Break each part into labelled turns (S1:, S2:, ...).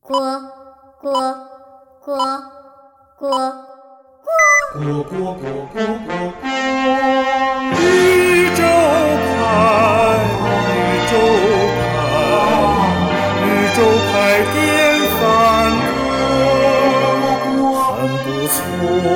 S1: 锅锅锅锅。
S2: 锅锅锅锅锅。
S3: 宇宙牌，宇宙牌，宇宙牌电饭锅很不错。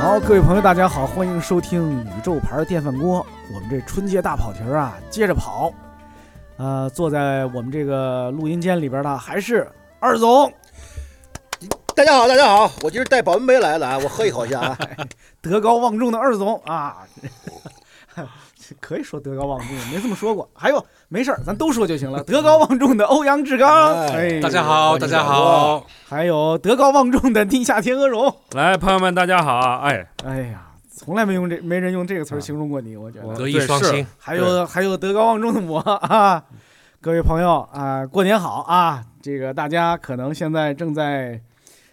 S4: 好，各位朋友，大家好，欢迎收听宇宙牌电饭锅。我们这春节大跑题儿啊，接着跑。呃，坐在我们这个录音间里边的还是二总，
S5: 大家好，大家好，我今儿带保温杯来的啊，我喝一口去啊。
S4: 德高望重的二总啊，可以说德高望重，没这么说过。还有，没事儿，咱都说就行了。德高望重的欧阳志刚，哎，
S6: 大家好，大家
S5: 哦
S6: 好，
S4: 还有德高望重的地下天鹅绒。
S7: 来，朋友们，大家好啊！哎，啊
S4: 哎呀，从来没用这，没人用这个词儿形容过你，我觉得。
S6: 德艺双馨，
S4: 还有还有德高望重的我 啊，各位朋友啊，过年好啊！这个大家可能现在正在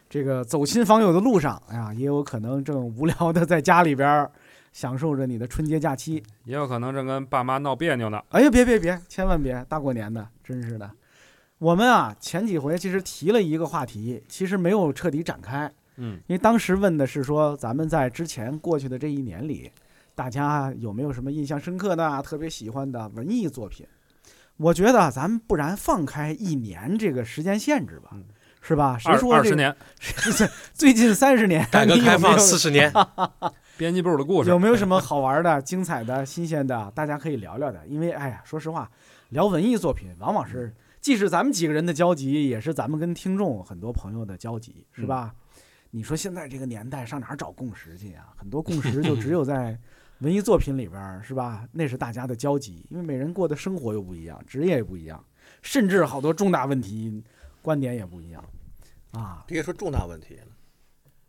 S4: 这个走亲访友的路上，哎呀，也有可能正无聊的在家里边儿享受着你的春节假期。
S7: 也有可能正跟爸妈闹别扭呢。
S4: 哎呀，别别别，千万别！大过年的，真是的。我们啊，前几回其实提了一个话题，其实没有彻底展开，
S7: 嗯，
S4: 因为当时问的是说，咱们在之前过去的这一年里，大家有没有什么印象深刻的啊、特别喜欢的文艺作品？我觉得啊咱们不然放开一年这个时间限制吧，
S7: 嗯
S4: 是吧？谁
S7: 二
S4: 说
S7: 二
S4: 这
S7: 十
S4: 个
S7: 年，
S4: 最近三十年
S6: 改革
S4: 你有
S6: 开
S4: 没有
S6: 放四十年，
S7: 编辑部的故事
S4: 有没有什么好玩的、精彩的、新鲜的，大家可以聊聊的？因为哎呀，说实话，聊文艺作品往往是既是咱们几个人的交集，也是咱们跟听众很多朋友的交集，是吧？你说现在这个年代上哪儿找共识去啊？很多共识就只有在文艺作品里边儿，是吧？那是大家的交集，因为每人过的生活又不一样，职业也不一样，甚至好多重大问题观点也不一样啊。
S5: 别说重大问题了，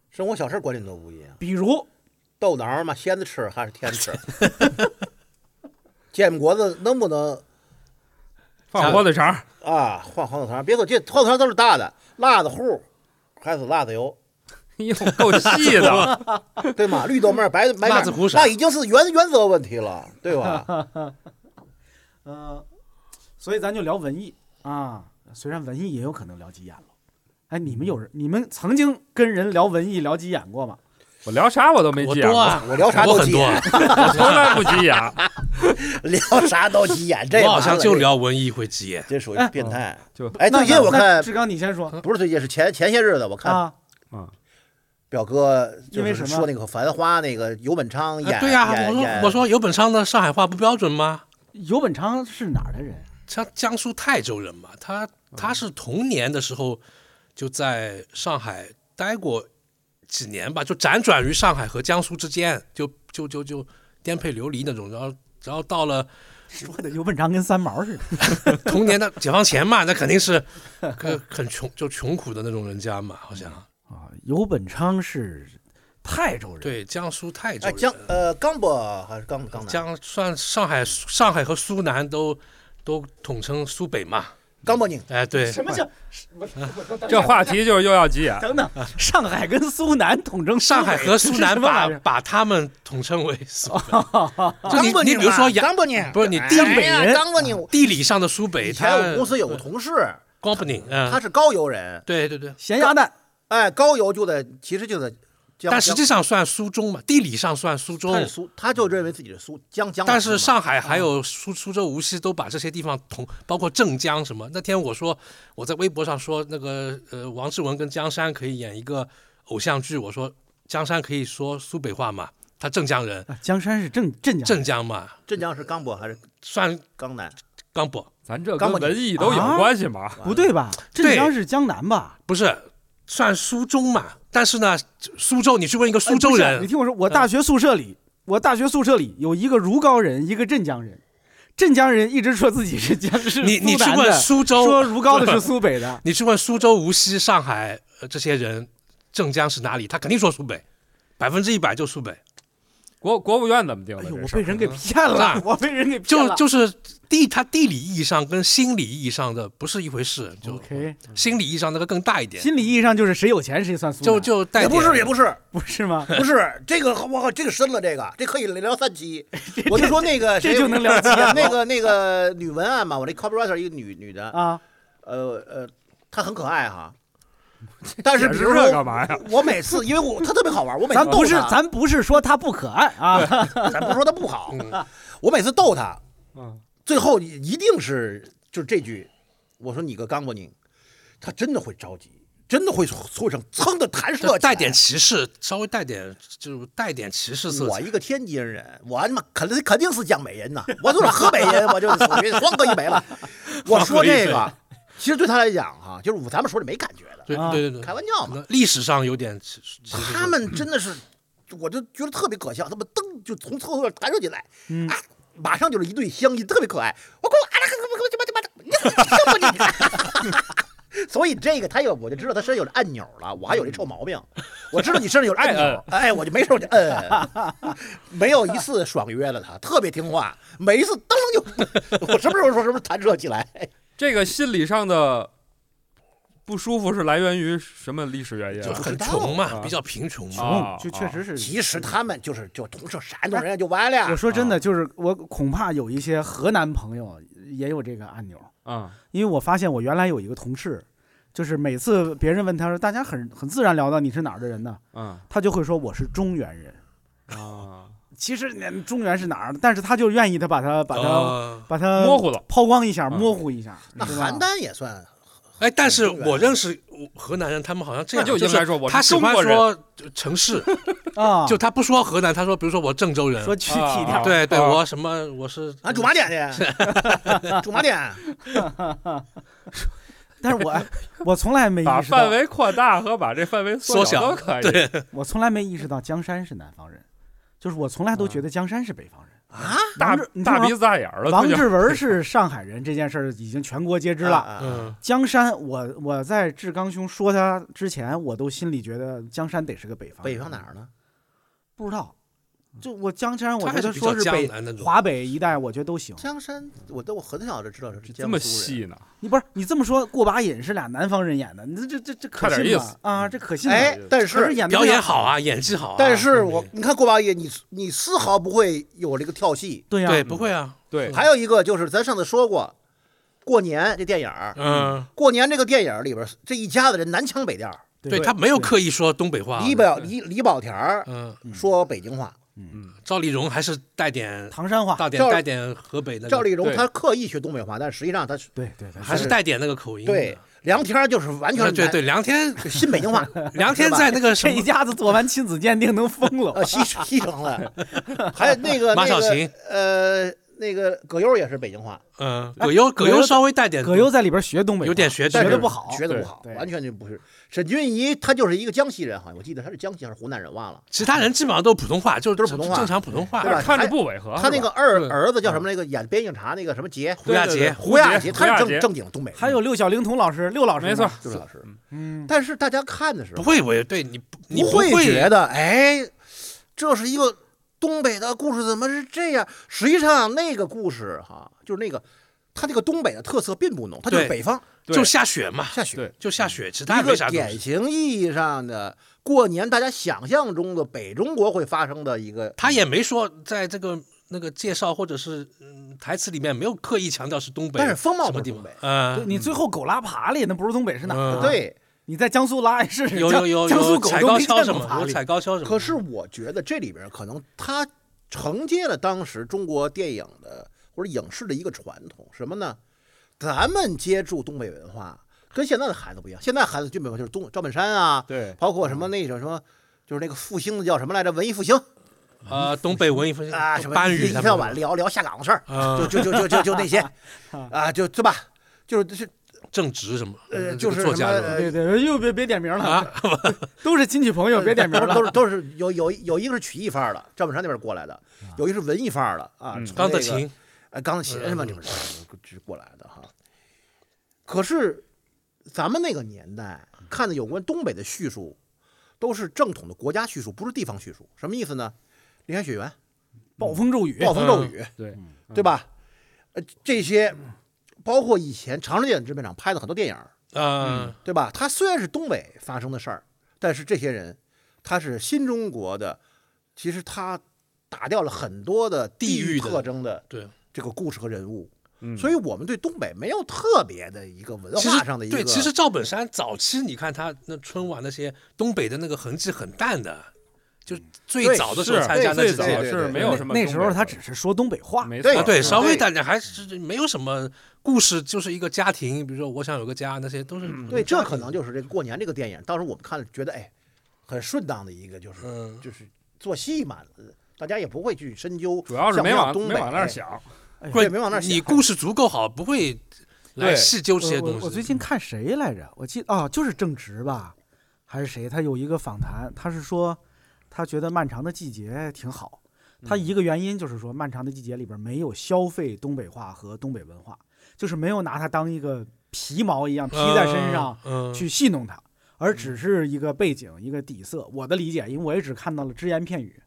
S5: 生活小事观点都不一样。
S4: 比如
S5: 豆脑儿嘛，先吃还是天吃？ 煎饼果子能不能
S7: 放火腿肠，
S5: 啊？换黄豆汤，别给我这黄豆汤都是大的，辣子糊还是辣子油，
S7: 哟，够 细
S4: 啊
S7: 的。
S5: 对 吗？绿豆面儿、白白面
S6: 辣
S5: 儿
S6: 子糊啥
S5: 那已经是原原则问题了，对 吧？
S4: 呃，所以咱就聊文艺啊，虽然文艺也有可能聊急眼了。哎，你们有人，你们曾经跟人聊文艺聊急眼过吗？
S7: 我聊啥我都没
S6: 我
S7: 急眼
S6: 多
S7: 过，
S6: 啊，
S5: 我聊啥
S6: 我
S5: 都
S6: 很
S5: 急
S6: 多啊
S5: 眼，，
S7: 我从来不急眼。
S5: 聊啥都急眼，这
S6: 我好
S5: 完
S6: 像
S5: 了
S6: 就，聊文艺会急眼。
S5: 这这属
S4: 哎
S5: 于变态。
S7: 就
S5: 哎，
S4: 那
S5: 最近
S4: 那
S5: 我
S4: 那
S5: 看
S4: 志刚，你先说
S5: 不是最近，是前前些日子我看
S4: 啊。
S5: 表哥就
S4: 因为
S5: 是
S4: 什么
S5: 说那个《繁花》那个游本昌演、
S6: 啊对呀，
S5: 演
S6: 我说
S5: 演
S6: 我说有本昌的上海话不标准吗？
S4: 尤本昌是哪儿的人？
S6: 他江苏泰州人嘛，他
S5: 嗯
S6: 他是童年的时候就在上海待过几年吧，就辗转于上海和江苏之间，就就就就颠沛流离那种，然后然后到了。
S4: 说的尤本昌跟三毛似的。
S6: 童年的解放前嘛，那 肯定是很很穷，就穷苦的那种人家嘛，好
S5: 嗯
S6: 像
S4: 啊，尤本昌是泰州人。，
S6: 对江苏泰州
S5: 哎
S6: 人，
S5: 江呃冈博还是冈冈南？
S6: 江算上海上海和苏南都都统称苏北嘛，
S5: 冈博宁
S6: 哎对，
S4: 什么叫？我我
S7: 这话题就是又要急眼，
S4: 等等，上海跟苏南统称
S6: 上海和苏南把
S4: 吧？
S6: 把他们统称为苏北，就
S5: 冈
S6: 你
S5: 博宁
S6: 你
S5: 啊，
S6: 比如说杨
S5: 冈博宁
S6: 不是你
S5: 哎
S6: 地
S5: 呀
S4: 北人
S5: 冈博宁。
S6: 地理上的苏北，
S5: 以
S6: 他
S5: 前我公司有个同事，
S6: 光不拧，
S5: 他
S6: 嗯，
S5: 是高邮人，
S6: 对对对，
S4: 咸鸭蛋
S5: 哎，高邮就在其实就在江，
S6: 但实际上算苏中嘛，地理上算苏
S5: 江他
S6: 中
S5: 是，苏，他就认为自己是啊苏江江苏嘛。
S6: 但是上海还有苏苏州、无锡都把这些地方同，包括镇江什么。那天我说我在微博上说那个呃王志文跟江山可以演一个偶像剧，我说江山可以说苏北话嘛，他镇江人，
S4: 啊，江山是镇镇江人。
S6: 镇江嘛
S5: 镇江是冈博还是
S6: 算
S5: 冈南？
S6: 刚不
S7: 咱这
S5: 刚
S7: 跟
S5: 不急
S7: 文艺都有
S4: 啊
S7: 关系吗？
S4: 不对吧？镇
S6: 对
S4: 江是江南吧？
S6: 不是算苏中嘛，但是呢苏州你去问一个苏州
S4: 哎不是你
S6: 人，嗯
S4: 听我说，我大学宿舍里，我大学宿舍里有一个如皋人，一个镇江人。镇江人一直说自己是江是
S6: 你你
S4: 苏
S6: 去
S4: 南
S6: 问
S4: 的，
S6: 苏
S4: 说
S6: 州，，
S4: 如皋的是苏北的 哎
S6: 你去问苏州、无锡、上海、呃、这些人，镇江是哪里？他肯定说苏北，百分之一百就苏北，
S7: 国国务院怎么定
S4: 哎
S7: 的
S4: 呦，
S7: 这
S4: 我
S7: 事儿？
S4: 被人给骗了
S6: 啊，
S4: 我被人给骗
S6: 就
S4: 了。
S6: 就是地他地理意义上跟心理意义上的不是一回事，就
S4: OK，
S6: 心理意义上那个更大一点，
S4: 心理意义上就是谁有钱谁算苏南，
S6: 就就带
S5: 也不是也
S6: 不
S5: 不是
S4: 不是吗？
S5: 不是这个，我靠，这个深了，这个这可以聊三 期。我就说那个
S4: 这
S5: 谁
S4: 就能聊几
S6: 啊
S4: 天
S5: 那个那个女文案嘛，我那 copywriter 一个女女的，
S4: 啊，
S5: 呃呃，她很可爱哈。但是
S7: 解
S5: 比
S7: 释
S5: 如
S7: 这干
S5: 说，
S7: 嘛呀？
S5: 我每次因为我她特别好玩，我每次
S4: 咱
S5: 逗
S4: 不是
S5: 她
S4: 咱不是说他不可爱 啊，
S5: 咱不说他不好，嗯我每次逗他
S7: 嗯，
S5: 最后一定是就是这句，我说你个刚果宁，他真的会着急，真的会促成噌的弹射起来
S6: 带点。歧视，稍微带点就带点歧视色
S5: 我
S6: 彩。
S5: 一个天津人，我他妈肯定肯定是江北人呐，我就是河北人，我就属于 双河一北了。我说这个，其实对他来讲哈、就是我咱们说的没感觉的，
S6: 对
S4: 啊
S6: 对对
S5: 开
S6: 对，
S5: 玩笑嘛。
S6: 那历史上有点歧视。歧视
S5: 他们真的是，我就觉得特别可笑，他们噔就从厕所弹射起来，
S4: 嗯
S5: 啊，马上就是一对相依，特别可爱。我过来，啊，你你你你，所以这个他有，我就知道他身上有这按钮了，我还有这臭毛病，我知道你身上有这按钮，哎，我就没事我就摁，没有一次爽约了他，特别听话，每一次噔就，我什么时候说什么时候弹射起来，
S7: 这个心理上的不舒服是来源于什么历史原因
S6: 就
S7: 啊？
S6: 很穷嘛，
S7: 啊
S6: 比较贫穷嘛。
S7: 啊
S4: 嗯，就确实是。
S6: 哦
S5: 其实他们就是就同事山东人就完了
S4: 我，说真的，就是我恐怕有一些河南朋友也有这个按钮，
S7: 啊，
S4: 因为我发现我原来有一个同事，就是每次别人问他说，大家很很自然聊到你是哪儿的人呢，
S7: 嗯
S4: 他就会说我是中原人。
S7: 啊，
S4: 其实你中原是哪儿的，但是他就愿意他把他把他、
S6: 呃
S4: 把它
S7: 模糊了
S4: 抛光一下，
S7: 嗯
S4: 模糊一下。
S5: 那
S4: 是吧
S5: 邯郸也算
S6: 哎，但是
S5: 很远
S6: 我认识河南人，他们好像这
S7: 那
S6: 样，
S7: 就应
S6: 是
S7: 该说我
S6: 他喜
S7: 中
S6: 欢
S7: 国人。
S6: 说城市，
S4: 啊，
S6: 就他不说河南，他说比如说我郑州人，
S4: 说具体一点
S7: 啊
S4: 儿，
S6: 对对，
S7: 啊
S6: 我什么我是
S5: 啊，驻马店去，驻马店。
S4: 但是我我从来没
S7: 把
S4: 意识
S7: 范
S4: 到，
S7: 围扩大和把这范围
S6: 缩
S7: 小
S6: 小
S7: 都可以。
S6: 对
S4: 我从来没意识到江山是南方人，就是我从来都觉得江山是北方人
S5: 啊。
S7: 嗯大
S4: 王志你听
S7: 大
S4: 说
S7: 鼻子大眼儿了，
S4: 王
S7: 这就
S4: 志文是上海人这件事儿已经全国皆知了。
S5: 啊啊
S6: 嗯，
S4: 江山，我我在志刚兄说他之前，我都心里觉得江山得是个北方。
S5: 北方哪？儿呢？
S4: 不知道。就我江山，我
S6: 他
S4: 觉
S6: 还是
S4: 得
S6: 比较
S4: 说是
S6: 江
S4: 北
S6: 南那种。
S4: 华北一带，我觉得都行。
S5: 江山，我都我很小就知道是江
S7: 这么
S5: 苏人。
S7: 细呢？
S4: 你不是你这么说，过把瘾是俩南方人演的，你这这这这可
S7: 差点
S4: 信
S7: 意
S4: 吗
S7: 思
S4: 啊？这可信吗？
S5: 哎，但
S4: 可是
S5: 是
S4: 演得
S6: 表
S4: 非常
S6: 演好，啊，演技好啊，
S5: 但是
S6: 对不
S5: 我
S6: 对
S5: 你看过八爷，你你丝毫不会有这个跳戏。
S4: 对呀、
S6: 对不会啊，
S7: 对，
S5: 还有一个就是咱上次说过，过年这电影儿，
S6: 嗯，
S5: 过年这个电影儿里边儿这一家子人南腔北调儿，
S6: 对他没有刻意说东北话，
S5: 李宝李李宝田儿
S6: 啊嗯，
S5: 说北京话，
S6: 赵丽蓉还是带点
S4: 唐山话，
S6: 带点
S5: 赵
S6: 带点河北那
S5: 赵
S6: 个，
S5: 丽蓉
S7: 对
S5: 她刻意学东北话，但实际上她是
S4: 对对对，
S6: 还是带点那个口音的，呃
S5: 对梁天儿就是完全
S6: 对
S5: 是
S6: 对对，梁天，
S5: 南新北京话
S6: 梁天在那个什
S4: 这
S6: 么
S4: 一家子做完亲子鉴定能疯了
S5: 呃西西城了，还有那个
S6: 马
S5: 那
S6: 小
S5: 个
S6: 晴
S5: 呃那个葛优也是北京话，
S6: 嗯，葛优葛优稍微带点
S4: 葛优在里边学东北话，
S6: 有点学
S4: 学
S5: 但
S4: 的
S5: 是
S4: 不好，
S5: 呃学的不好
S4: 对，
S5: 完全就不是。沈俊怡他就是一个江西人，好像我记得他是江西还是湖南人，忘了。
S6: 其他人基本上都是普通话，就是
S5: 都是普通话
S6: 正常普通话
S5: 对。
S4: 哎
S5: 吧
S7: 看着不违和。
S5: 他那
S7: 啊是
S5: 个
S7: 吧
S5: 二
S6: 对
S5: 儿子叫什么？那个演《边境察》那个什么杰，
S6: 胡亚杰
S5: 胡亚杰，
S7: 杰，胡
S5: 他
S7: 亚
S5: 是
S7: 杰
S5: 正正经东北人。
S4: 还有六小龄童老师，六老师
S7: 没错
S4: 呢，
S5: 就是老师，
S4: 嗯，
S5: 但是大家看的时
S6: 不
S5: 候
S6: 会，我也对你不，你
S5: 不会觉得，哎，这是一个东北的故事，怎么是这样？实际上那个故事哈，就是那个他那个东北的特色并不浓，他就是
S6: 对
S5: 北方
S7: 对
S6: 就下雪嘛，
S5: 下雪
S7: 对。
S6: 就下雪，其他
S5: 一
S6: 也没
S5: 个
S6: 啥东
S5: 典
S6: 西。
S5: 型意义上的过年，大家想象中的北中国会发生的一个，
S6: 他也没说在这个那个介绍或者是嗯台词里面没有刻意强调是东北，
S5: 但是风貌
S6: 什
S5: 不
S6: 么
S5: 是
S6: 地
S5: 东
S6: 方
S5: 北？
S4: 对
S6: 嗯，
S4: 你最后狗拉爬里，那不是东北是哪儿
S6: 嗯
S4: 啊？
S5: 对。
S4: 你在江苏拉也是
S6: 有有有
S4: 江江苏
S6: 有
S4: 狗
S6: 踩
S4: 都
S6: 高
S4: 没
S6: 跷
S4: 见
S6: 什
S4: 过
S6: 么，
S4: 爬
S6: 有
S4: 里
S6: 踩高跷什么。
S5: 可是我觉得这里边可能他承接了当时中国电影的或者影视的一个传统，什么呢？咱们接触东北文化跟现在的孩子不一样，现在孩子基本上就是东赵本山啊，
S7: 对，
S5: 包括什
S6: 嗯
S5: 么那种什么。就是那个复兴的叫什么来着？文艺复兴
S6: 啊，东北文艺复兴
S5: 啊，什么
S6: 班
S5: 一
S6: 宇
S5: 一天
S6: 他
S5: 到晚
S6: 们，
S5: 聊聊下岗的事儿，就
S6: 嗯，
S5: 就就就就就那 些啊，就对吧？就是就是
S6: 正直什么，
S5: 呃，
S6: 嗯
S5: 就
S6: 这
S5: 是什
S6: 个作
S5: 么
S6: 家什么
S5: 呃
S4: 对对，又别别点名了，
S6: 啊，
S4: 都是亲戚朋友， 别点名
S5: 都是
S4: 了。
S5: 都是都是有有有一个是曲艺范儿的，赵本山那边过来的，有一个是文艺范儿的啊
S7: 嗯，
S5: 从
S6: 钢的
S5: 那个
S6: 琴，
S5: 呃，钢琴
S4: 嗯
S5: 什么这种事儿就是过来的哈。可是咱们那个年代
S4: 嗯
S5: 看的有关东北的叙述，都是正统的国家叙述，不是地方叙述。什么意思呢？林海雪原、
S4: 嗯暴风骤雨，
S5: 暴风骤
S4: 嗯
S5: 雨，
S7: 对，
S5: 对吧？呃，这些包括以前长春电影制片厂拍的很多电影，
S6: 嗯，
S5: 对吧？它虽然是东北发生的事儿，但是这些人他是新中国的，其实他打掉了很多的
S6: 地域
S5: 域
S6: 的
S5: 特征的
S6: 对，
S5: 这个故事和人物，
S7: 嗯
S5: 所以我们对东北没有特别的一个文
S6: 其实
S5: 化上的一个
S6: 对，其实赵本山早期你看他那春晚那些东北的那个痕迹很淡的，就最
S5: 嗯对
S6: 早的时
S7: 是
S6: 候参加那
S7: 最
S6: 几
S7: 早
S6: 届
S5: 对对
S7: 是
S5: 对
S7: 没有什么东北
S4: 那
S7: 的，
S4: 时候他只是说东北话，
S7: 没
S5: 对
S7: 错
S6: 啊，对，
S5: 嗯
S6: 稍微
S5: 对
S6: 大家还是没有什么故事，就是一个家庭，比如说我想有个家，那些都是
S5: 嗯对，这可能就是这个过年这个电影，当时我们看了觉得哎，很顺当的一个就是、
S6: 嗯
S5: 就是做戏嘛，大家也不会去深究，
S7: 主要是没往
S5: 东
S7: 没
S5: 北
S7: 往那儿
S5: 哎
S7: 想，
S6: 不
S5: 对没往那儿想
S6: 你故事足够好，不会来
S7: 对
S6: 细究这些
S4: 我
S6: 东
S4: 我
S6: 西。嗯
S4: 我最近看谁来着？我记哦，就是正直吧，还是谁？他有一个访谈，他是说他觉得《漫长的季节》挺好。他一个原因就是说，《漫长的季节》里边没有消费东北话和东北文化，就是没有拿它当一个皮毛一样披在身上
S6: 嗯，嗯
S4: 去戏弄它，而只是一个背景、一个底色。我的理解，因为我也只看到了只言片语，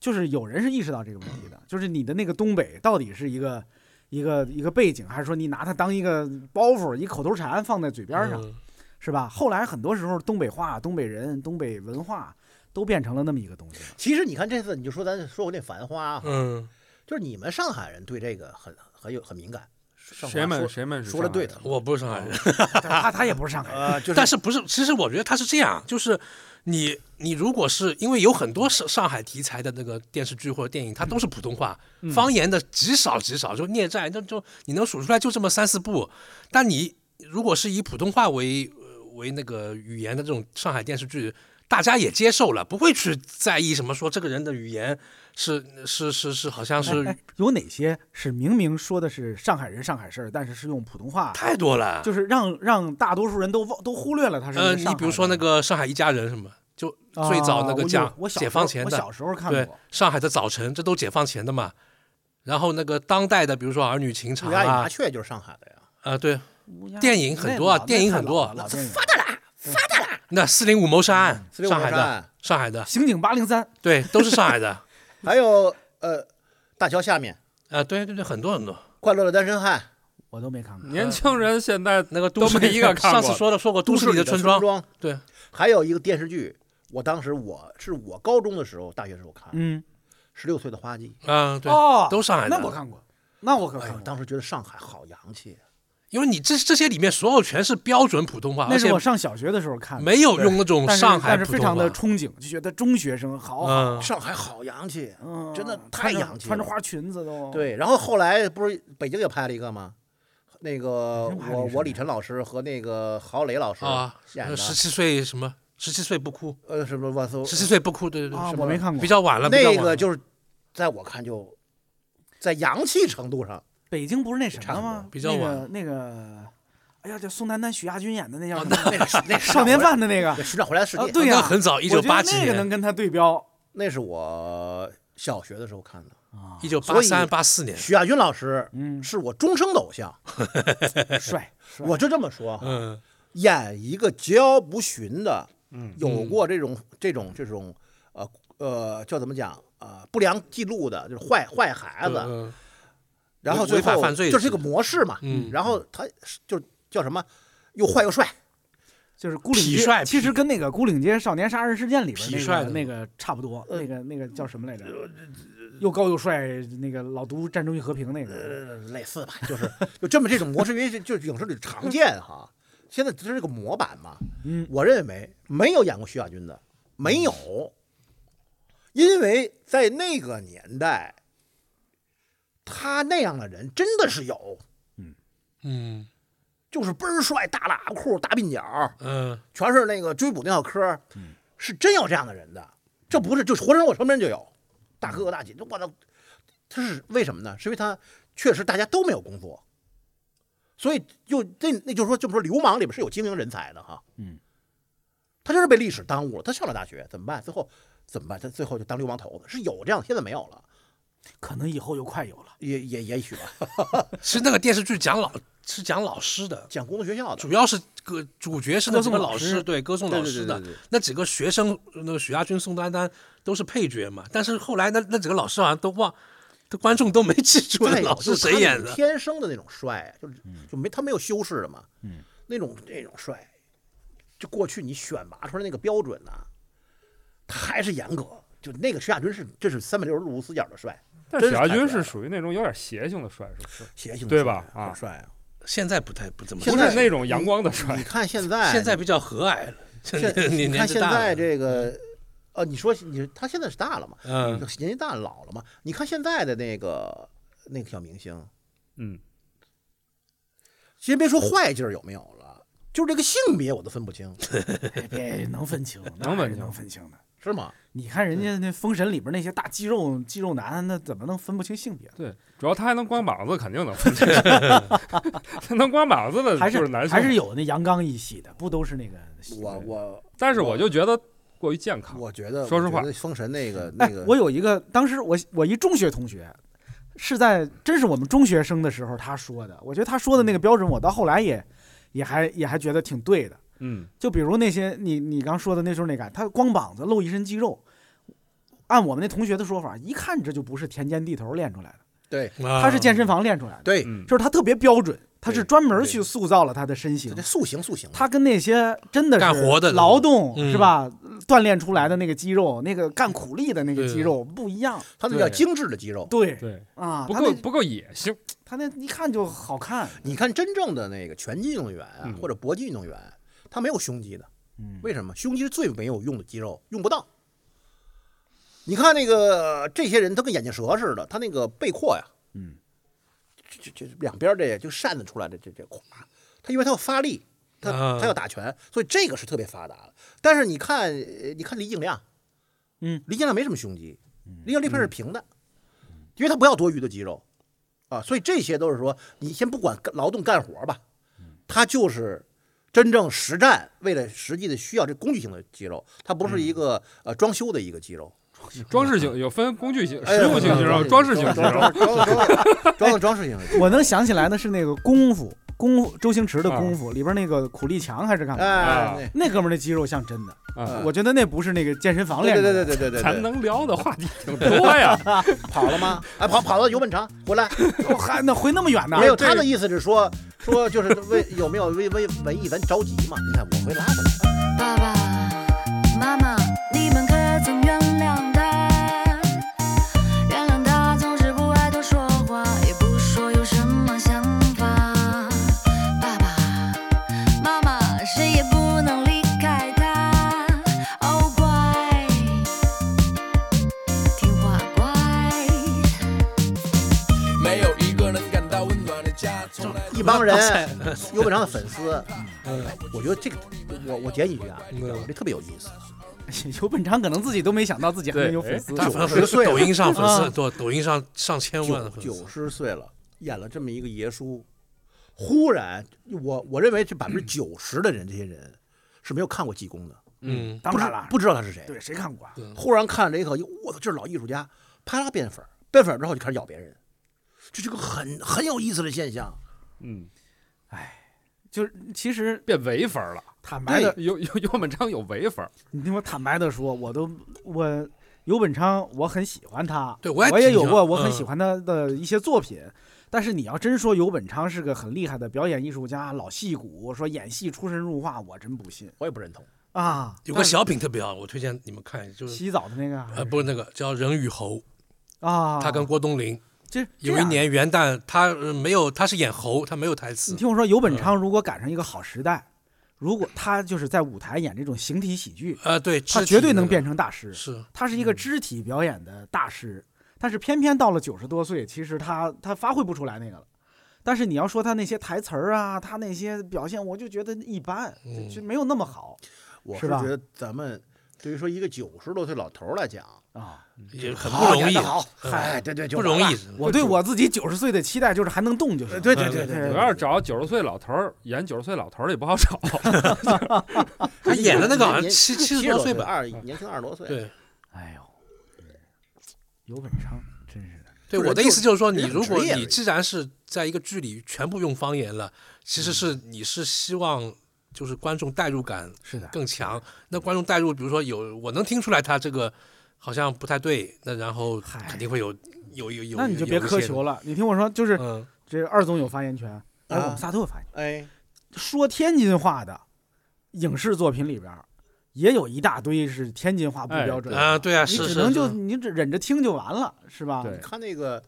S4: 就是有人是意识到这个问题的，就是你的那个东北到底是一个一个一个背景，还是说你拿它当一个包袱、一口头禅放在嘴边上，
S6: 嗯
S4: 是吧？后来很多时候，东北话、东北人、东北文化都变成了那么一个东西了。
S5: 其实你看这次，你就说咱说过那《繁花》哈，
S6: 嗯，
S5: 就是你们上海人对这个很很有很敏感。上
S7: 谁
S5: 华
S7: 们
S5: 说
S7: 谁们是
S5: 说的
S7: 上
S5: 对
S7: 海
S5: 的
S7: 人，
S6: 我不是上
S5: 哦
S6: 海人，
S4: 他他也不是 上海人，
S5: 呃，就是
S6: 但是不是？其实我觉得他是这样，啊就是你你如果是因为有很多上上海题材的那个电视剧或者电影，它都是普通话，
S4: 嗯
S6: 方言的极少极少，就孽债，那就你能数出来就这么三四部。但你如果是以普通话为呃为那个语言的这种上海电视剧，大家也接受了，不会去在意什么说这个人的语言是是是是好像是
S4: 哎有哪些是明明说的是上海人上海事儿，但是是用普通话，
S6: 太多了。
S4: 就是让让大多数人都忘都忽略了他是一个
S6: 呃，
S4: 上海
S6: 你比如说那
S4: 人
S6: 个《上海一家人》什么，就最早
S4: 啊
S6: 那
S4: 我
S6: 个
S4: 有
S6: 讲
S4: 我小
S6: 解
S4: 时候
S6: 放前
S4: 我
S6: 的，
S4: 小时候看
S6: 对
S4: 过，，
S6: 上海的早晨，这都解放前的嘛。然后那个当代的，比如说《儿女情长
S5: 乌》鸦与
S6: 啊
S5: 麻，雀就是上海的呀。
S6: 啊，对，
S4: 乌鸦
S6: 电影很多啊
S4: 那老
S6: 电影很多
S4: 那太老了老电影。
S6: 那《四零五谋杀案》
S5: 405
S6: 上海
S5: 谋杀
S6: 的
S5: 案，
S6: 上海的，
S4: 刑警八零三，
S6: 对，都是上海的。
S5: 还有呃，大桥下面，
S6: 啊，对对对，很多很多。
S5: 快乐的单身汉，
S4: 我都没看过。
S7: 年轻人现在
S6: 那个都
S7: 都
S6: 市
S7: 没
S6: 里
S7: 一个
S6: 的
S7: 看
S6: 上
S7: 过。
S6: 次说的说过《都
S5: 都
S6: 市
S5: 市
S6: 里的
S5: 春
S6: 村庄》，
S5: 庄，
S6: 对，
S5: 还有一个电视剧，我当时我是我高中的时候，大学时候看，
S4: 嗯，
S5: 十六岁的花季，
S6: 啊，对，
S4: 哦，
S6: 都上海的
S4: 那我看过，那我可
S5: 哎
S4: 看
S5: 呦，
S4: 过。
S5: 当时觉得上海好洋气，
S6: 因为你这这些里面所有全是标准普通话，
S4: 那
S6: 而
S4: 是
S6: 且
S4: 我上小学的时候看的，
S6: 没有用那种
S4: 但是
S6: 上海
S4: 但是
S6: 普
S4: 非
S6: 通
S4: 常的
S6: 话。
S4: 憧憬，就觉得中学生好好，
S6: 嗯，
S5: 上海好洋气，
S4: 嗯，
S5: 真的
S4: 穿
S5: 太
S4: 着
S5: 洋气了
S4: 穿着花裙子都。，
S5: 对。然后后来不是北京也拍了一个吗？那个
S4: 北京拍了一
S5: 我
S4: 个
S5: 我李晨老师和那个郝蕾老师
S6: 啊，
S5: 演的，
S6: 十七岁什么？十七岁不哭，
S5: 呃什么我
S6: 十七岁不哭，对对对，
S4: 啊，
S5: 什么
S4: 我没看过。
S6: 比较晚了，比较
S5: 那
S6: 晚了
S5: 个就是在我看就在洋气程度上，
S4: 北京不是那什么
S5: 差不
S4: 吗
S5: 多？
S6: 比较
S4: 那个
S6: 晚
S4: 那个，哎呀，叫宋丹丹、许亚军演的那叫
S6: 啊
S4: 什么？
S5: 那是那是
S4: 少年犯的那个
S5: 对，寻找回来的世界
S4: 啊，对呀
S6: 那很早，一九
S4: 我觉
S6: 八
S4: 得
S6: 几
S4: 那个能
S6: 年，
S4: 跟他对标。
S5: 那是我小学的时候看的。
S6: 一九八
S5: 所以
S6: 三八四年，
S5: 许亚军老师
S4: 嗯，
S5: 是我终生的偶像，
S4: 帅，帅
S5: 我就这么说，
S6: 嗯，
S5: 演一个桀骜不驯的，
S7: 嗯
S5: 有过这种这种这种呃呃叫怎么讲呃不良记录的，就是坏坏孩子，
S6: 嗯
S5: 然后
S6: 违
S5: 最
S6: 法
S5: 后
S6: 犯罪
S5: 就是
S6: 是
S5: 一个模式嘛，
S6: 嗯
S5: 然后他是就叫什么又坏又帅，
S4: 就是孤岭街
S6: 痞帅
S4: 其实
S6: 痞
S4: 跟那个《孤岭街少年杀人事件》里边
S6: 痞
S4: 那
S6: 帅
S4: 个
S6: 的
S4: 那个差不多，
S5: 呃
S4: 那个那个叫什么来着？又高又帅，那个老独占忠于和平那个，
S5: 呃，类似吧，就是就这么这种模式，因为就就是影视里常见哈。现在这是个模板嘛，
S4: 嗯，
S5: 我认为没有演过徐亚军的，没有，因为在那个年代，他那样的人真的是有，
S6: 嗯
S5: 就是倍儿帅，大喇叭裤、大鬓角，
S6: 嗯
S5: 全是那个追捕那小科，
S4: 嗯
S5: 是真有这样的人的，这不是就活生生我身边就有，大哥哥大姐，我操，他是为什么呢？是因为他确实大家都没有工作，所以就这那就是说，这么说流氓里边是有精英人才的哈，
S4: 嗯，
S5: 他就是被历史耽误了，他上了大学怎么办？最后怎么办？他最后就当流氓头子，是有这样，现在没有了。
S4: 可能以后又快有了。
S5: 也也也许吧，
S6: 是那个电视剧讲老是讲老师的，
S5: 讲工作学校的，
S6: 主要是个主角是那几个
S4: 歌颂
S6: 老
S4: 老师
S6: 师，对，歌颂
S5: 对
S6: 老
S5: 对
S6: 师
S5: 对
S6: 的
S5: 对对，
S6: 那几个学生，那个许亚军、宋丹丹都是配角嘛。但是后来那那几个老师好像都忘，都观众都没记 住那
S5: 对，
S6: 老
S5: 就
S6: 师
S5: 是他
S6: 谁演
S5: 那种
S6: 的。
S5: 天生的那种帅，啊就是
S7: 嗯
S5: 就没他没有修饰的嘛，
S4: 嗯，
S5: 那种那种帅，就过去你选拔出来那个标准呐、他还是严格。就那个徐亚军是，这是三百六十度无死角的帅，
S7: 但
S5: 真
S7: 许
S5: 是
S7: 亚
S5: 太
S7: 军
S5: 帅
S7: 是
S5: 了
S7: 属于那种有点邪性的帅，是不是？
S5: 邪性的
S7: 对
S5: 帅
S7: 吧啊
S5: 很帅啊！
S6: 现在不太不怎么，
S5: 现
S7: 不
S5: 在
S7: 是那种阳光的帅
S5: 你，看现在，
S6: 现在比较和蔼了。
S5: 现
S6: 你
S5: 你
S6: 年
S5: 看
S6: 纪
S5: 现
S6: 大
S5: 在
S6: 了，
S5: 这个，呃，你说你他现在是大了嘛？
S6: 嗯，
S5: 年纪大了老了嘛？你看现在的那个那个小明星，
S7: 嗯，
S5: 先别说坏劲儿有没有了，就是这个性别我都分不清，呃
S4: 哎别能分清，那
S7: 能分
S4: 还是
S7: 清
S4: 能分清的。
S5: 是吗？
S4: 你看人家那《封神》里边那些大肌肉肌肉男，那怎么能分不清性别呢？
S7: 对，主要他还能光膀子，肯定能分清。他 能光膀子的
S4: 还
S7: 就是是男性，
S4: 还是有那阳刚一系的，不都是那个？哎
S5: 我我
S7: 但是我就觉得过于健康。
S5: 我觉得，
S7: 说实话
S5: 我觉得封神那 个那
S4: 哎
S5: 个，，
S4: 我有一个，当时我我一中学同学，是在真是我们中学生的时候他说的。我觉得他说的那个标准，我到后来也也还也还觉得挺对的。
S7: 嗯，
S4: 就比如那些你你刚说的那时候那个，他光膀子露一身肌肉，按我们那同学的说法，一看这就不是田间地头练出来的，
S5: 对
S6: 他
S4: 他是健身房练出来的，
S5: 对，
S7: 嗯
S4: 就是他特别标准，他是
S5: 对
S4: 专门
S5: 对
S4: 去塑造了他的身形
S5: 这。塑形塑形，
S4: 他跟那些真的是
S6: 干活的
S4: 劳动
S6: 嗯
S4: 是吧，锻炼出来的那个肌肉，那个干苦力的那个肌肉不一样。
S5: 他那叫
S7: 对
S5: 精致的肌肉。
S4: 对
S7: 对，
S4: 啊，
S7: 不
S4: 他
S7: 够
S4: 那
S7: 不够野性。
S4: 他那一看就好看。
S5: 你看真正的那个拳击运动员啊
S7: 嗯，
S5: 或者搏击运动员，他没有胸肌的，
S4: 嗯，
S5: 为什么？胸肌是最没有用的肌肉，用不到。你看那个这些人，他跟眼镜蛇似的，他那个背阔呀，
S4: 嗯，
S5: 这这这两边这就扇子出来的这这咵，他因为他要发力，他
S6: 啊
S5: 他要打拳，所以这个是特别发达的。但是你看，呃你看李景亮，
S4: 嗯，
S5: 李景亮没什么胸肌，李景亮这片是平的，因为他不要多余的肌肉啊，所以这些都是说你先不管干劳动干活吧，
S4: 嗯
S5: 他就是真正实战为了实际的需要这工具性的肌肉，它不是一个、呃装修的一个肌肉，
S7: 装饰型有分工具型、
S5: 哎
S7: 实用型肌肉、装饰型肌肉。
S5: 装装装装装饰型 的肌肉，
S4: 我能想起来的是那个功夫，功夫周星驰的功夫里边那个苦力强还是干嘛？
S5: 哎，那
S4: 那哥们儿那肌肉像真的，
S7: 啊，
S4: 我觉得那不是那个健身房练
S5: 对
S4: 出来
S5: 对
S4: 的。
S5: 对对对对，
S7: 咱能聊的话题挺多呀。
S5: 跑了 吗？哎，跑跑到游本长回来，
S4: 我还那回那么远呢？
S5: 没 有他的意思是说说就是为有没有为为文艺咱着急嘛？你看我回拉回来。
S8: 爸爸妈妈，你们可曾原谅他？原谅他总是不爱多说话，也不说有什么想法。爸爸妈妈，谁也不能离开他。哦，乖，听话乖。
S9: 没有一个人感到温暖的家，从来
S5: 一帮人
S6: 刚才，
S5: 游本长的粉丝，
S7: 嗯
S5: 我觉得这个，我我建议一句啊，我这特别有意思。
S4: 思，尤本昌可能自己都没想到自己还能有粉丝。
S6: 他
S5: 九
S6: 粉
S5: 十岁了
S6: 抖音上粉丝
S4: 啊
S6: 很多，抖音上上千万
S5: 九
S6: 的粉丝
S5: 九，十岁了，演了这么一个爷叔，忽然，我我认为这百分之九十的人，这些人是没有看过济公的，
S6: 嗯，
S4: 当
S5: 不知
S4: 然了，
S5: 不知道他是谁。
S4: 对谁看过啊？
S5: 忽然看了一个，我操，这是老艺术家，啪啦变粉儿，变粉儿之后就开始咬别人，这是个很很有意思的现象。
S7: 嗯，
S4: 就是其实
S7: 变违法了。
S4: 坦白的，
S7: 哎有有有文章有违法，
S4: 你听我坦白的说，我都我尤本昌，我很喜欢他，
S6: 对
S4: 我
S6: 我也
S4: 也
S6: 挺
S4: 有
S6: 喜
S4: 过
S6: 欢
S4: 我很喜
S6: 嗯
S4: 欢他的一些作品。但是你要真说尤本昌是个很厉害的表演艺术家、老戏骨，说演戏出神入化，我真不信
S5: 我也不认同。
S4: 啊。
S6: 有个小品特别好，我推荐你们看一下，就是
S4: 洗澡的那个
S6: 呃，不是那个叫《人与猴》，
S4: 啊，
S6: 他跟郭冬临
S4: 这这
S6: 有一
S4: 样
S6: 年元旦，他呃没有，他是演猴，他没有台词
S4: 你。听我说，尤本昌如果赶上一个好时代，如果他就是在舞台演这种形体喜剧，
S6: 呃，对，肢
S4: 他
S6: 体
S4: 绝对
S6: 那
S4: 能
S6: 个
S4: 变成大师。
S6: 是
S4: 他是一个肢体表演的大师，但是偏偏到了九十多岁，其实他他发挥不出来那个了。但是你要说他那些台词儿啊，他那些表现，我就觉得一般，就就没有那么好
S5: 我
S4: 是吧
S5: 觉得咱们对于说一个九十多岁老头儿来讲，
S4: 啊。
S6: 也很不
S5: 好
S6: 容
S5: 演
S6: 易
S5: 得，好，
S6: 嗯
S5: 嗨，对对，就
S6: 不容
S5: 完
S6: 易
S5: 了。。
S4: 我对我自己九十岁的期待就是还能动就行。
S5: 对对对对
S7: 我
S4: 对
S7: 要是找九十岁老头儿演九十岁老头儿也不好找。
S6: 啊他演的那个好像
S5: 年
S6: 七七
S5: 七
S6: 十
S5: 十
S6: 多
S5: 岁啊
S6: 岁吧，嗯
S5: 二年轻二十多岁。
S6: 对，
S4: 哎呦，尤本昌真是的，
S6: 对，
S5: 就是
S6: 我的意思就是说，
S5: 就
S6: 你
S5: 是
S6: 如
S5: 很
S6: 果
S5: 职业而
S6: 你
S5: 已
S6: 既然是在一个剧里全部用方言了，其实是
S5: 嗯
S6: 你是希望就是观众代入感
S4: 是的，
S6: 更强。那观众代入，比如说有我能听出来他这个好像不太对，那然后
S4: 嗨
S6: 肯定会有有有有。
S4: 那你就别苛求
S6: 了。
S4: 了。你听我说，就是
S6: 嗯，
S4: 这二总有发言权，哎，
S5: 啊
S4: 我们仨都有发言权。
S5: 哎，
S4: 说天津话的影视作品里边儿，也有一大堆是天津话不标准的
S5: 哎
S6: 啊，对啊，
S4: 你
S6: 是
S4: 只
S6: 是
S4: 能
S6: 是
S4: 就你只忍着听就完了，是吧？
S7: 对，
S5: 看那个，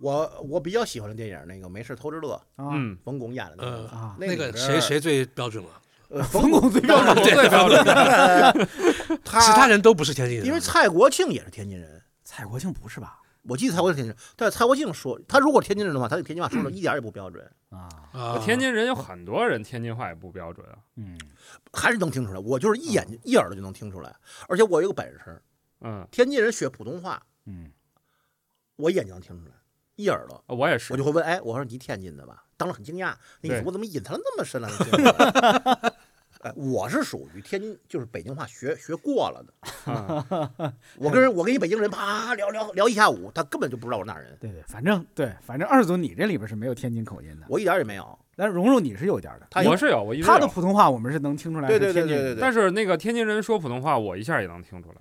S5: 我我比较喜欢的电影，那个《没事偷着乐》，
S4: 啊，
S7: 嗯，
S5: 冯巩演的那
S6: 嗯
S5: 个，
S4: 啊
S5: 里
S6: 那个
S5: 边
S6: 谁谁最标准了，
S5: 呃
S4: 冯
S5: 冯
S4: 巩最标 准，
S7: 对标准，
S5: 他
S6: 其他人都不是天津人，啊
S5: 因为蔡国庆也是天津人，
S4: 蔡国庆不是吧？
S5: 我记得蔡国庆天津人，但是蔡国庆说他如果是天津人的话，他的天津话说
S6: 嗯
S5: 的一点儿也不标准，
S4: 啊，
S6: 啊
S7: 天津人有很多人天津话也不标准啊。
S4: 嗯，
S5: 还是能听出来。我就是一眼
S6: 嗯
S5: 就一耳朵就能听出来，而且我有个本事，
S7: 嗯，
S5: 天津人学普通话，
S4: 嗯，
S5: 我一眼就能听出来，一耳朵。
S7: 我也是
S5: 我就，会问，哎，我说你天津的吧？当时很惊讶，那
S7: 对
S5: 你我怎么隐藏得那么深了？那天津话哎，我是属于天津，就是北京话学学过了的。
S7: 嗯
S5: 我跟人，我跟一北京人啪聊聊聊一下午，他根本就不知道我哪人，
S4: 对对，反正对，反正二总你这里边是没有天津口音的，
S5: 我一点儿也没有。
S4: 但蓉蓉你是有点儿的，
S5: 他
S7: 我是有，我一直
S4: 哎他的
S7: 有。
S4: 普通话我们是能听出来是
S5: 对对
S4: 天
S5: 对
S4: 津
S5: 对对
S4: 人，
S5: 对，
S7: 但是那个天津人说普通话，我一下也能听出来。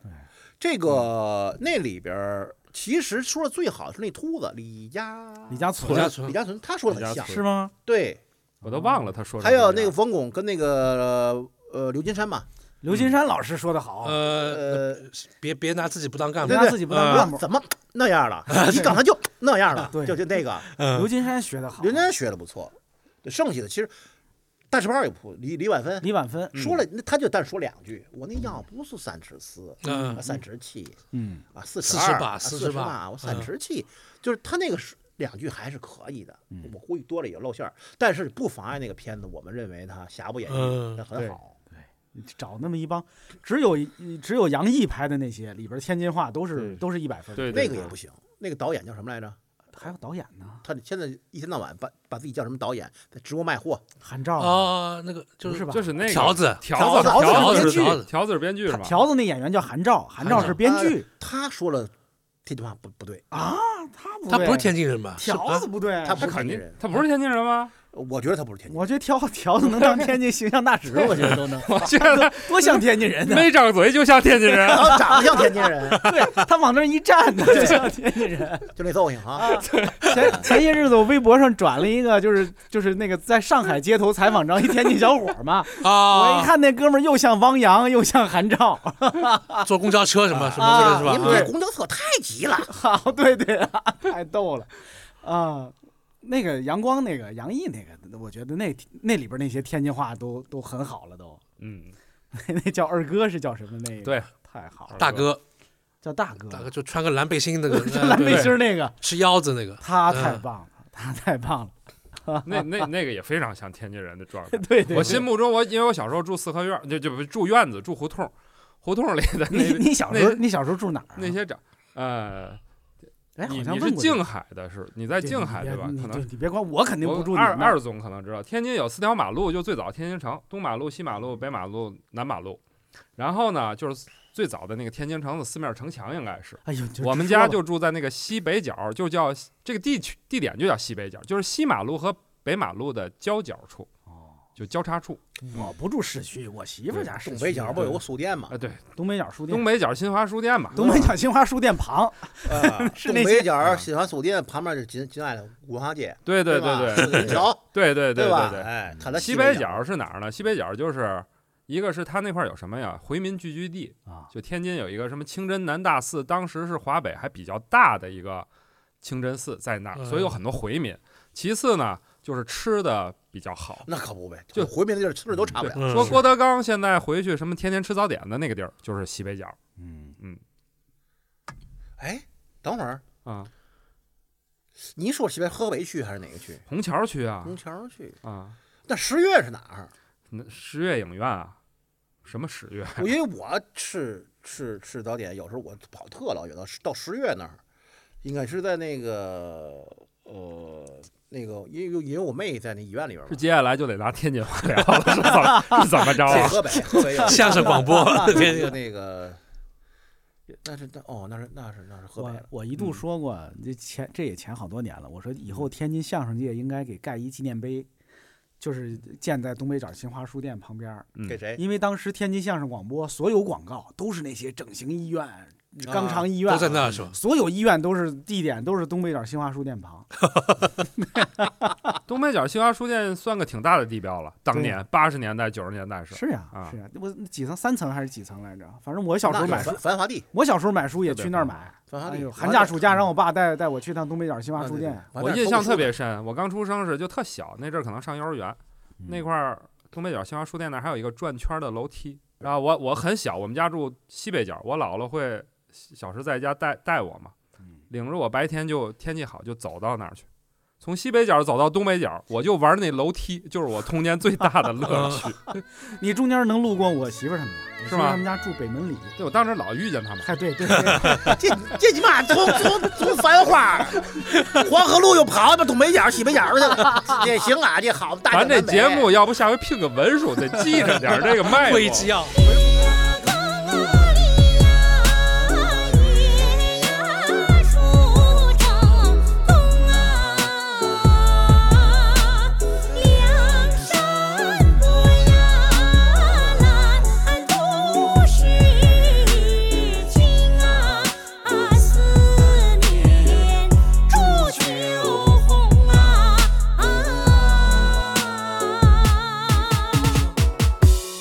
S5: 这个那里边儿其实说的最好是那秃子李佳
S4: 李嘉
S6: 李
S4: 存
S6: 嘉
S5: 李
S6: 存
S5: 嘉存，他说的
S7: 李
S5: 很
S7: 嘉
S5: 像，
S7: 存
S4: 是吗？
S5: 对，
S7: 我都忘了他说什么
S5: 还
S7: 样。
S5: 有那个冯巩跟那个呃刘金山嘛，
S4: 刘金山老师说的好，
S6: 呃，
S5: 呃，
S6: 别别拿自己不当干部
S5: 对
S4: 拿
S5: 对
S4: 自己不当干部，
S5: 怎么那样了？你刚才就那样了，
S4: 对
S5: 就就那个
S4: 刘金山学的好，
S5: 刘金山学的不错，剩下的其实大赤豹也不李李婉芬
S4: 李婉
S6: 嗯
S4: 芬，
S5: 说了，那他就但说两句，我那腰不是三尺四，
S6: 嗯
S5: 啊三尺七，
S4: 嗯，
S5: 啊，四
S6: 四十
S5: 二，
S6: 八
S5: 啊
S6: 四
S5: 四
S6: 十八
S5: 八，我三
S6: 嗯
S5: 十七，就是他那个是两句还是可以的，
S6: 嗯
S5: 我估计多了也露馅儿，但是不妨碍那个片子，我们认为它瑕不掩瑜，
S6: 嗯
S5: 那很
S7: 对
S5: 好。
S4: 找那么一帮，只有一只有杨毅拍的那些里边天津话都是
S7: 对
S4: 都是一百分，
S7: 对
S5: 那个也不行，那个导演叫什么来着？
S4: 还有导演呢，
S5: 他现在一天到晚把把自己叫什么导演，在直播卖货，
S4: 韩照
S6: 啊，那个就
S4: 不是吧？
S7: 就是那个
S6: 条子
S7: 条
S5: 条子
S7: 条
S5: 条
S7: 子
S5: 子
S7: 是
S6: 条子
S7: 条子是编剧是
S4: 他
S7: 吧？
S4: 条子那演员叫韩照，韩照是编剧
S5: 哎他说了这句话不不对，
S4: 啊，他不
S6: 他不是
S4: 对
S6: 天津 人吧？
S4: 条子
S6: 啊是
S4: 不对，
S5: 他不
S7: 他
S5: 是
S7: 肯
S5: 天津
S7: 定
S5: 人，
S7: 他不是天津人吗？
S5: 我觉得他不是天津人。
S4: 我觉得条条子能当天津形象大使，我觉 得都能，
S7: 我觉得
S4: 多像天津人呢。
S7: 没张嘴就像天津人啊
S5: 然。 后啊长得像天津人，
S4: 对他往那儿一站，就像天津人。
S5: 就那造型啊，
S4: 前前些日子我微博上转了一个，就是就是那个在上海街头采访着一天津小伙嘛，
S6: 吧
S4: 我一
S6: 啊，
S4: 看那哥们儿又像汪洋又像韩照，
S6: 坐公交车什么什么
S7: 啊
S6: 这个是吧？
S5: 啊
S6: 啊
S5: 你们这公交车太急了。
S4: 好，对对啊，太逗了啊！那个阳光，那个杨毅，那个，我觉得那那里边那些天津话都都很好了，都
S7: 嗯，
S4: 那叫二哥是叫什么那个？
S7: 对，
S4: 太好了，
S6: 大哥，
S4: 叫大哥，
S6: 大哥就穿个蓝背心那个， 呃
S4: 就 蓝背
S6: 对
S4: 心儿那个，
S6: 吃腰子那个，
S4: 他太
S7: 嗯
S4: 棒了，他太棒了，
S7: 那那那个也非常像天津人的状态。
S4: 对对。对
S7: 我心目中，我因为我小时候住四合院儿，就就不是住院子，住胡同儿，胡同里的
S4: 你
S7: 那
S4: 你小时候
S7: 那
S4: 你小时候住哪儿啊？
S7: 那些长，呃，
S4: 哎，好
S7: 你
S4: 像问
S7: 你
S4: 过
S7: 是
S4: 你
S7: 静海的是？你在
S4: 对
S7: 静
S4: 你
S7: 海
S4: 别
S7: 对吧？
S4: 你
S7: 可能
S4: 对你别管我，肯定
S7: 我
S4: 不住你
S7: 二
S4: 们那儿
S7: 二总可能知道，天津有四条马路，就最早天津城东马路、西马路、北马路、南马路，然后呢就是最早的那个天津城的四面城墙应该是。
S4: 哎呦，就
S7: 我们
S4: 直说
S7: 家
S4: 吧
S7: 就住在那个西北角，就叫这个地区地点就叫西北角，就是西马路和北马路的交角处，
S4: 哦
S7: 就交叉处
S4: 我不住市区，我媳妇儿家市
S5: 东
S4: 区
S5: 北角不有个书店吗？
S7: 啊，对，
S4: 东北角书店
S7: 东，北角新华书店嘛，
S4: 东北角新华书店旁，
S5: 啊
S4: 是
S5: 东
S4: 那些
S5: 北角喜欢书店旁边就是金金爱的文化街，
S7: 对对对
S5: 吧
S7: 对
S5: 四个人桥，
S7: 对对对
S5: 吧？
S7: 对
S5: 哎，它
S7: 对，
S5: 在
S7: 西
S5: 北
S7: 北角是哪儿呢？西北角就是一个是它那块儿有什么呀？回民聚居地
S4: 啊
S7: 就天津有一个什么清真南大寺，当时是华北还比较大的一个清真寺在那
S6: 哎
S7: 儿，所以有很多回民。其次呢，就是吃的比较好，
S5: 那可不呗，
S7: 就
S5: 回民的地儿吃的都差不
S7: 对，
S5: 了。
S6: 嗯
S7: 说
S6: 是
S7: 郭德纲现在回去什么天天吃早点的那个地儿，就是西北角
S4: 嗯，
S5: 哎，等会儿
S7: 啊，
S5: 你说西边河北区还是哪个区？
S7: 虹桥区啊
S5: 虹桥区。
S7: 啊，
S5: 那十月是哪儿？
S7: 那十月影院啊，什么十月？
S5: 我因为我吃吃吃早点，有时候我跑特老远到到十月那儿，应该是在那个呃那个，因为因为我妹在那医院里边嘛
S7: 是，接下来就得拿天津话聊了，是怎么是怎么着
S5: 在
S7: 啊？
S5: 河北，河北有
S6: 相声广播
S5: 那
S6: 天津
S5: 个那个那是那哦，那是那是那是河北
S4: 我
S5: 了。
S4: 我一度
S5: 嗯
S4: 说过，这前这也前好多年了，我说以后天津相声界应该给盖一纪念碑，就是建在东北角新华书店旁边儿，
S5: 给谁？
S4: 因为当时天津相声广播所有广告都是那些整形医院、肛肠医院
S6: 都
S4: 啊、
S6: 在那儿是吧？
S4: 所有医院都是地点都是东北角新华书店旁，
S7: 东北角新华书店算个挺大的地标了，当
S4: 对
S7: 年八十年代九十年代是，
S4: 是呀、
S7: 啊
S4: 是呀、我几层三层还是几层来着？反正我小时候
S5: 那
S4: 买
S5: 是
S4: 书
S5: 繁，繁华地，
S4: 我小时候买书也
S7: 特别
S4: 去那儿
S7: 棒
S4: 买。
S5: 繁华
S4: 哎
S5: 地嗯
S4: 呦，。寒假暑假让
S5: 我
S4: 我爸带带我去趟东北角新华书店，
S7: 我印象特别深。我刚出生时就特小，那阵儿可能上幼儿园，那
S4: 嗯
S7: 块儿东北角新华书店那儿还有一个转圈儿的楼梯。然后我我很小，我们家住西北角，我姥姥会小时在家带带我嘛，领着我白天就天气好就走到那儿去，从西北角走到东北角，我就玩那楼梯，就是我童年最大的乐趣。
S4: 你中间能路过我媳妇儿他们家，我媳妇儿
S7: 吗
S4: 他们家住北门里。
S7: 对我当时老遇见他们，
S4: 哎，对对对，
S5: 这这你妈从从从繁华黄河路又跑到东北角、西北角去 了，这行啊，这好，大江
S7: 咱这
S5: 南北
S7: 节目要不下回聘个文书得记着点儿这个脉络。
S6: 会机 要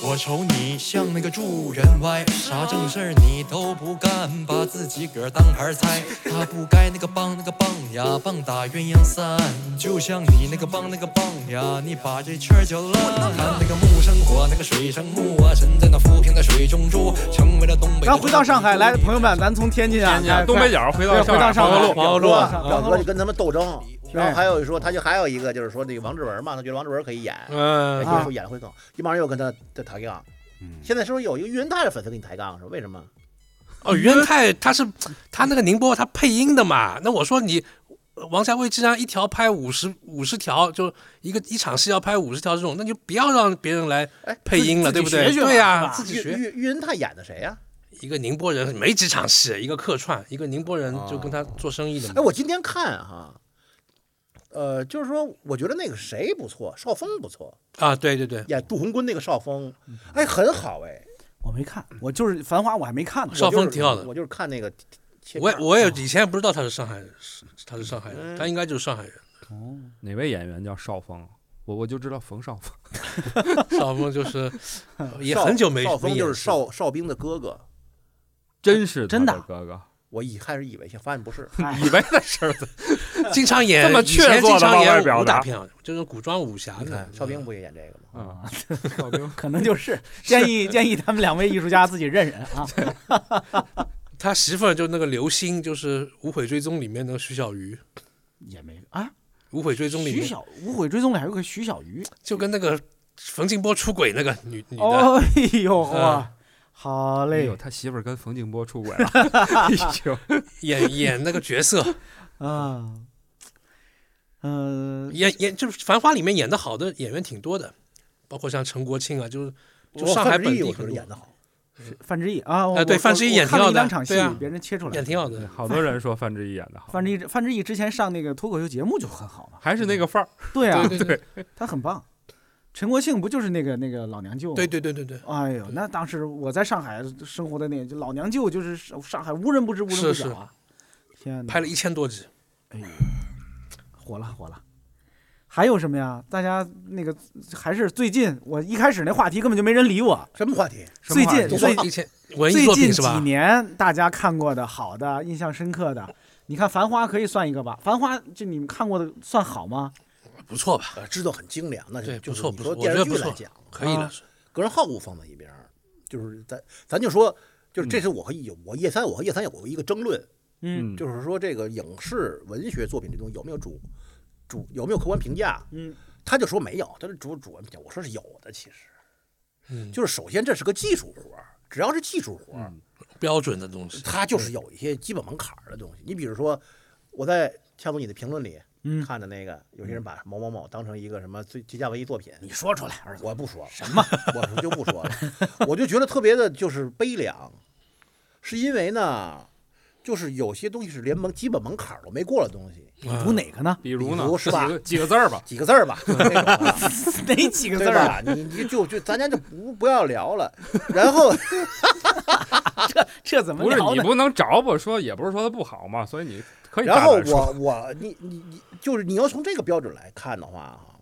S9: 我瞅你像那个助人歪，啥正事儿你都不干，把自己个儿当盘菜。他不该那个帮那个棒呀，棒打鸳鸯散，就像你那个帮那个棒呀，你把这圈儿搅烂。看那个木生火，那个水生木啊，沉在那浮萍的水中住，成为了东北。
S4: 咱回到上海来，朋友们，咱从天津啊，
S7: 天津啊东北角回
S4: 回
S7: 到
S4: 回到上
S7: 上海
S4: 海，
S7: 黄河
S4: 路
S5: 表
S4: 啊
S5: 哥，表哥就跟他们斗争，
S6: 哎
S5: 然后
S4: 对
S5: 还有说，他就还有一个就是说那个王志文嘛，他觉得王志文可以演，
S6: 嗯，
S5: 所以说演会更好。一帮人又跟他在抬杠，现在是不是有一个袁泰的粉丝跟你抬杠是吧为什么？
S6: 哦，袁泰他是他那个宁波他配音的嘛？那我说你王家卫既然一条拍五十五十条，就一个一场戏要拍五十条这种，那就不要让别人来
S5: 哎
S6: 配音了，
S4: 自己
S6: 对不
S4: 学
S6: 对？
S4: 学嘛
S6: 对呀、
S4: 是吧
S6: 自己
S5: 岳
S6: 学。嗯
S5: 岳岳云泰演的谁啊呀？
S6: 一个宁波人没几场戏，一个客串，一个宁波人就跟他做生意的嘛。
S5: 哎，我今天看哈，呃，就是说，我觉得那个谁不错，邵峰不错，
S6: 啊，对对对，
S5: 演杜红坤那个邵峰，
S6: 嗯
S5: 哎，很好哎，
S4: 我没看，我就是《繁花》，我还没看呢。
S6: 邵峰
S5: 我就是
S6: 挺好的
S5: 我就是看那个切
S6: 我
S5: 片
S6: 也
S5: 儿。
S6: 我也以前不知道他是上海，人，是他是上海
S5: 嗯
S6: 人，他应该就是 上海人。
S7: 哪位演员叫邵峰？啊我我就知道冯绍峰。
S6: 邵峰就是也
S5: 邵
S6: 很久没
S5: 邵
S6: 没
S5: 峰就
S6: 演
S5: 是
S6: 戏
S5: 邵邵兵的哥哥，
S7: 真是
S4: 真的啊
S7: 他哥哥，
S5: 我一开始以为，现在发现不是。
S4: 哎
S7: 以为的事儿。
S6: 经常演
S7: 这么
S6: 以
S7: 确凿
S6: 前经
S7: 地
S6: 常
S7: 往外
S6: 演
S7: 表
S6: 武打
S7: 达
S6: 片啊，就是古装武侠
S5: 你
S6: 的
S5: 看，。邵兵
S6: 嗯
S5: 不也演这个吗？
S7: 嗯，小兵
S4: 可能就是建议建议他们两位艺术家自己认认啊。
S6: 他媳妇儿就那个刘星，就是《无悔追踪》里面那个徐小鱼，《
S4: 也没啊，
S6: 无悔追踪》里
S4: 徐
S6: 面
S4: 小《无悔追踪》里还有个徐小鱼。
S6: 就跟那个冯静波出轨那个女女的，
S4: 哦，哎呦
S6: 嗯
S4: 嚯，好
S7: 哎
S4: 嘞
S7: 呦，他媳妇儿跟冯静波 出轨了。哎呦，
S6: 演演那个角色，
S4: 啊，嗯，
S6: 演演就是《繁花》里面演的好的演员挺多的，包括像陈国庆啊，就是就
S5: 我
S6: 上海
S5: 范志
S6: 本
S5: 毅
S6: 地
S5: 我觉
S6: 很
S5: 得
S6: 多
S5: 演的好，
S4: 范志毅啊，我
S6: 哎对
S4: 我
S6: 范志毅
S4: 我
S6: 演
S4: 看
S6: 挺
S4: 了
S6: 好
S4: 一两
S6: 的
S4: 场戏
S6: 对啊，
S4: 别人切出来
S6: 演
S4: 了。
S6: 挺好的
S7: 对。好多人说范志毅演的好，
S4: 范志毅，范志毅之前上那个脱口秀节目就很好嘛。
S7: 还是那个范儿。
S4: 对 啊，
S6: 对对
S4: 他很棒。陈国庆不就是那个那个老娘舅吗？
S6: 对对对对对，
S4: 哎呦，那当时我在上海生活的那就老娘舅就是上海无人不知无人不
S6: 是是
S4: 晓啊！天哪，
S6: 拍了一千多集。
S4: 火了火了！还有什么呀？大家那个还是最近，我一开始那话题根本就没人理我。
S5: 什么话题？
S7: 什么
S4: 最
S7: 话
S4: 近
S7: 题
S4: 最
S6: 以前文艺
S4: 最
S6: 作
S4: 近
S6: 品是
S4: 几
S6: 吧？
S4: 年大家看过的好的、印象深刻的，你看《繁花》可以算一个吧？《繁花》就你们看过的算好吗？
S6: 不错吧？
S5: 呃，制作很精良，那就
S6: 对
S5: 就
S6: 不
S5: 是
S6: 错
S5: 你
S6: 不
S5: 说
S6: 错
S5: 电
S6: 我
S5: 视
S6: 觉得
S5: 剧
S6: 不
S5: 来
S6: 错
S5: 讲，啊
S6: 可以了，
S4: 啊
S5: 个人好恶放在一边儿，就是咱咱就说，就是
S6: 嗯
S5: 这是我和有我叶三，我和叶三有过一个争论，
S7: 嗯，
S5: 就是说这个影视文学作品这东西有没有主主有没有客观评价？
S4: 嗯，
S5: 他就说没有，他是主主观评价，我说是有的，其实，
S6: 嗯
S5: 就是首先这是个技术活儿，只要是技术活儿，
S6: 标准的东西。
S5: 它就是有一些基本门槛儿的东西。你比如说，我在恰总你的评论里
S4: 嗯
S5: 看的那个，有些人把某某某当成一个什么最最佳文艺作品，
S4: 你说出来，儿子。
S5: 我不说什么，我就不说了，我就觉得特别的就是悲凉。是因为呢，就是有些东西是连门基本门槛儿都没过的东西，
S4: 读哪个呢？
S7: 比如呢
S5: 比，如是吧
S7: 几个几个字儿吧，
S5: 几个字儿吧，那种啊
S4: 哪几个字
S5: 对
S4: 儿啊？
S5: 吧？你你就就咱家就不不要聊了。然后
S4: 这怎么
S7: 不是
S4: 聊
S7: 你
S4: 呢？
S7: 不能找我说，也不是说它不好嘛，所以你可以大
S5: 然后
S7: 胆说。
S5: 我我你你你就是你要从这个标准来看的话哈，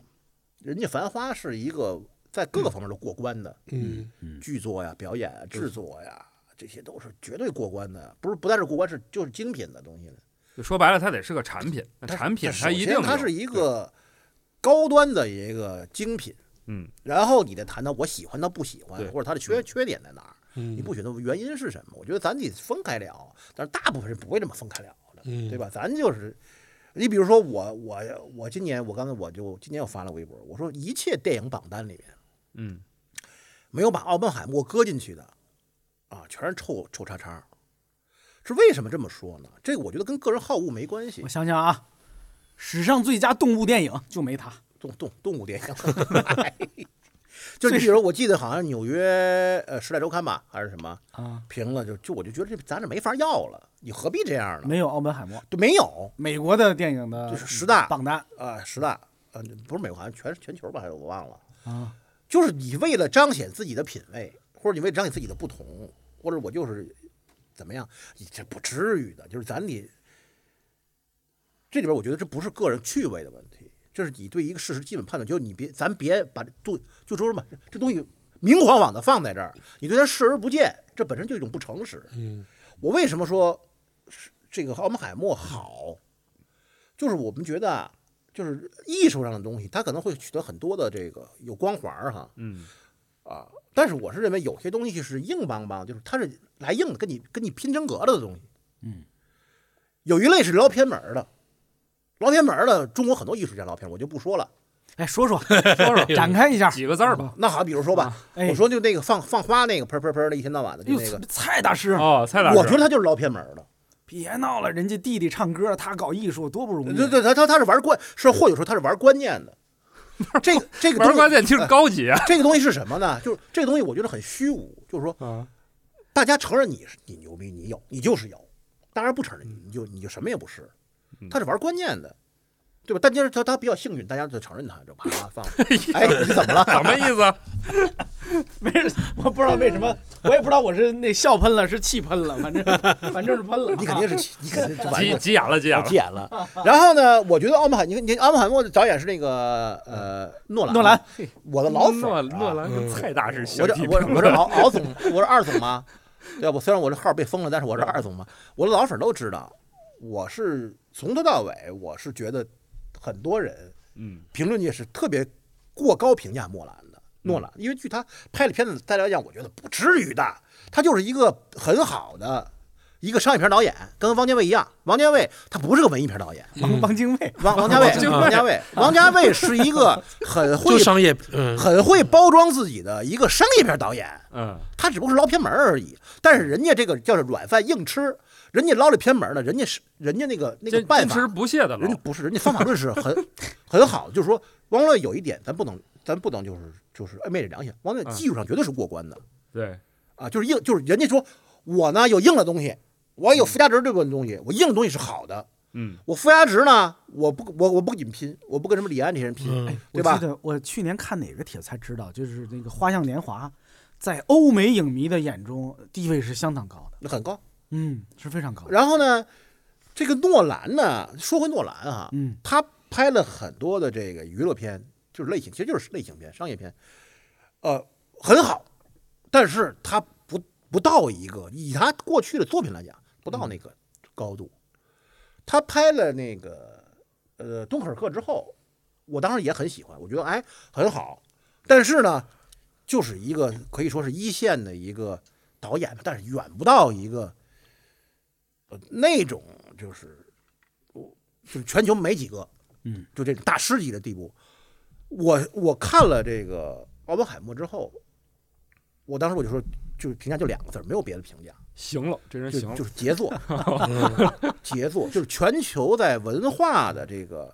S5: 人家《繁花》是一个在各个方面都过关的，
S6: 嗯，
S5: 剧作呀、表演啊、制作呀，这些都是绝对过关的，不是不但是过关，是就是精品的东西了。
S7: 就说白了，它得是个产品，那
S5: 它是
S7: 产品
S5: 它首
S7: 它一
S5: 先
S7: 定
S5: 它
S7: 有
S5: 是一个高端的一个精品，
S7: 嗯，
S5: 然后你再谈到我喜欢它不喜欢
S7: 对，
S5: 或者它的缺缺点在哪儿，
S6: 嗯
S5: 你不喜欢的原因是什么？我觉得咱得分开聊，但是大部分人不会这么分开聊的，
S6: 嗯
S5: 对吧？咱就是。你比如说我我我今年我刚才我就今年我发了微博，我说一切电影榜单里面
S7: 嗯
S5: 没有把奥本海默搁进去的，啊，全是臭臭叉叉。是为什么这么说呢？这个我觉得跟个人好恶没关系
S4: 我。想想啊，史上最佳动物电影就没它。
S5: 动动动物电影， 就是你比如我记得好像纽约呃《时代周刊》吧还是什么
S4: 啊，
S5: 评了，就就我就觉得这咱这没法要了，你何必这样呢？
S4: 没有奥本海默，
S5: 就没有
S4: 美国的电影的
S5: 就是十大
S4: 榜单
S5: 啊，十大呃不是美国，好像全全球吧，还是我忘了。
S4: 啊，
S5: 就是你为了彰显自己的品味，或者你为了彰显自己的不同，或者我就是怎么样，你这不至于的。就是咱得这里边，我觉得这不是个人趣味的问题，这是你对一个事实基本判断。就是你别，咱别把这东就说什么这东西明晃晃的放在这儿，你对它视而不见，这本身就一种不诚实。
S6: 嗯，
S5: 我为什么说是这个奥本海默好？就是我们觉得啊，就是艺术上的东西，它可能会取得很多的这个有光环儿哈，
S7: 嗯，
S5: 啊，但是我是认为有些东西是硬邦邦，就是它是来硬的，跟你跟你拼真格了的东西。
S4: 嗯，
S5: 有一类是捞偏门儿的，捞偏门儿的，中国很多艺术家捞偏门儿，我就不说了。
S4: 哎，说 说
S7: 说说
S4: 展开一下，
S7: 几个字儿吧。
S5: 那好，比如说
S7: 啊
S5: 吧，
S4: 哎
S5: 我说就那个放放花那个喷喷喷的，一天到晚的
S7: 哎
S5: 就
S4: 哟
S5: 那个，，
S4: 哎蔡大师，
S7: 哦，蔡老师，
S5: 我觉得他就是捞偏门儿的。
S4: 别闹了，人家弟弟唱歌，他搞艺术多不
S7: 嗯
S4: 容易。
S5: 对对，他他他是玩关，是或者说他是玩观念的。这个这个东西
S7: 玩
S5: 哎
S7: 关键听着高级啊。
S5: 这个东西是什么呢？就是这个东西，我觉得很虚无。就是说，
S7: 啊
S5: 大家承认你是你牛逼，你有，你就是有；大家不承认你，你就你就什么也不是。
S7: 嗯
S5: 他是玩观念的，对吧？但就是他他比较幸运，大家就承认他，就把他 放了。 哎，你怎么了？
S7: 什么意思啊？
S4: 没事，我不知道为什么，我也不知道我是那笑喷了，是气喷了， 反正反正是喷了。
S5: 你肯定是气你肯定是完
S7: 急
S5: 了。
S7: 急眼了，急眼
S5: 我
S7: 了
S5: 急。眼了。然后呢，我觉得奥本海，你看，你奥本海默的导演是那个呃诺兰。
S4: 诺兰，
S5: 我的老粉儿
S7: 诺
S5: 啊
S7: 诺兰跟蔡大师相
S5: 我这
S7: 提
S5: 我
S7: 并
S5: 我这
S7: 论。
S5: 敖敖总，我是二总吗？对吧？我虽然我这号被封了，但是我是二总嘛。我的老粉都知道，我是从头到尾，我是觉得很多人
S7: 嗯，
S5: 评论界是特别过高评价诺兰的
S6: 嗯
S5: 诺兰，因为据他拍的片子，大家讲，我觉得不至于的，他就是一个很好的一个商业片导演，跟王家卫一样。王家卫他不是个文艺片导演，
S4: 王王精卫，
S5: 王王家卫，王家卫，王家卫是一个很会
S6: 就商业，嗯，
S5: 很会包装自己的一个商业片导演。
S7: 嗯，
S5: 他只不过是捞偏门儿而已。但是人家这个叫是软饭硬吃，人家捞了偏门儿了，人家是人家那个那个
S7: 坚
S5: 办
S7: 坚
S5: 法，
S7: 持不懈的
S5: 人
S7: 老
S5: 家，不是人家方法论是很 很好的。就是说，王乐有一点咱不能咱不能就是就是昧着良心，王乐
S7: 嗯
S5: 技术上绝对是过关的、
S7: 对，
S5: 啊，就是硬就是人家说我呢有硬的东西，我有附加值这部分东西，我硬的东西是好的。
S7: 嗯，
S5: 我附加值呢？我不，我我不跟你们拼，我不跟什么李安这些人拼，哎对
S4: 我
S5: 吧
S4: 记？得我去年看哪个帖子才知道，就是那个《花样年华》在欧美影迷的眼中地位是相当高的，
S5: 那很高。
S4: 嗯，是非常高的。
S5: 然后呢，这个诺兰呢，说回诺兰啊，
S4: 嗯，
S5: 他拍了很多的这个娱乐片，就是类型，其实就是类型片、商业片，呃，很好，但是他不不到一个以他过去的作品来讲，不到那个高度。他拍了那个呃《敦刻尔克》之后，我当时也很喜欢，我觉得哎很好，但是呢，就是一个可以说是一线的一个导演吧，但是远不到一个呃那种就是就是全球没几个，
S4: 嗯，
S5: 就这种大师级的地步。我我看了这个奥本海默之后，我当时我就说，就是评价就两个字儿，没有别的评价，
S7: 行了，这人
S5: 就
S7: 行了
S5: 就，是杰作，嗯杰作，就是全球在文化的这个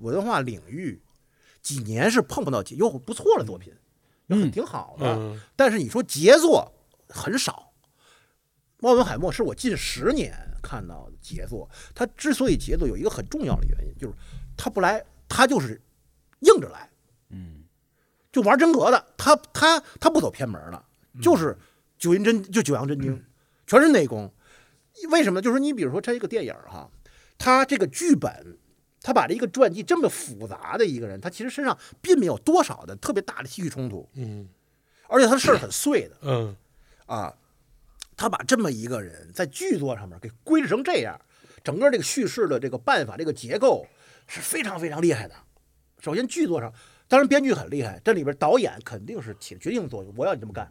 S5: 文化领域，几年是碰不到杰有不错的作品，有很挺好的，
S6: 嗯
S5: 但是你说杰作很少。猫文海默》是我近十年看到的杰作。它之所以杰作，有一个很重要的原因，就是他不来，他就是硬着来，
S4: 嗯，
S5: 就玩真格的。他他他不走偏门了，就是九阴真就九阳真经，全是内功。为什么？就是你比如说这个电影儿哈，他这个剧本。他把这一个传记这么复杂的一个人，他其实身上并没有多少的特别大的戏剧冲突，
S6: 嗯
S5: 而且他的事儿很碎的，
S6: 嗯
S5: 啊，他把这么一个人在剧作上面给规制成这样，整个这个叙事的这个办法、这个结构是非常非常厉害的。首先，剧作上，当然编剧很厉害，这里边导演肯定是起了决定作用。我要你这么干，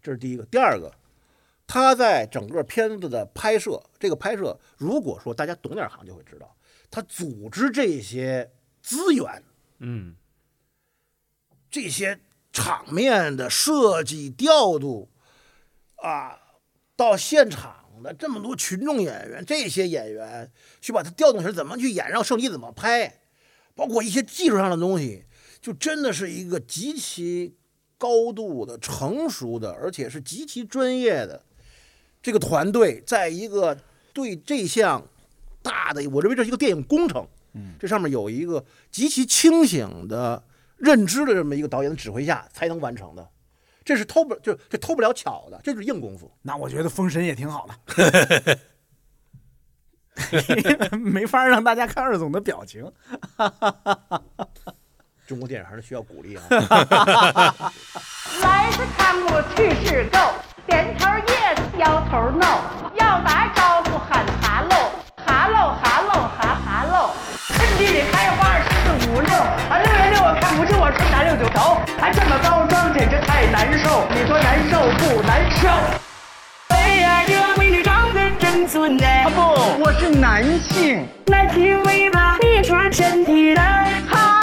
S5: 这是第一个。第二个，他在整个片子的拍摄，这个拍摄，如果说大家懂点行就会知道，他组织这些资源
S7: 嗯
S5: 这些场面的设计调度啊，到现场的这么多群众演员，这些演员去把它调动成怎么去演，让摄影机怎么拍，包括一些技术上的东西，就真的是一个极其高度的、成熟的，而且是极其专业的这个团队，在一个对这项大的，我认为这是一个电影工程，嗯，这上面有一个极其清醒的认知的这么一个导演的指挥下才能完成的，这是偷不就这偷不了巧的，这就是硬功夫。
S4: 那我觉得封神也挺好 的，没法让大家看二总的表情。
S5: 中国电影还是需要鼓励 啊。
S10: 来是看我去是够，点头 yes，摇头 no，要打招呼喊哈喽，哈喽哈喽哈哈喽。这地里开花四五六，啊六月六我看不见我穿啥六九头，还这么包装简直太难受，你说难受不难受？哎呀，这个美女长得真俊哎！啊不，我是男性。来听尾巴，一圈身体的嗨。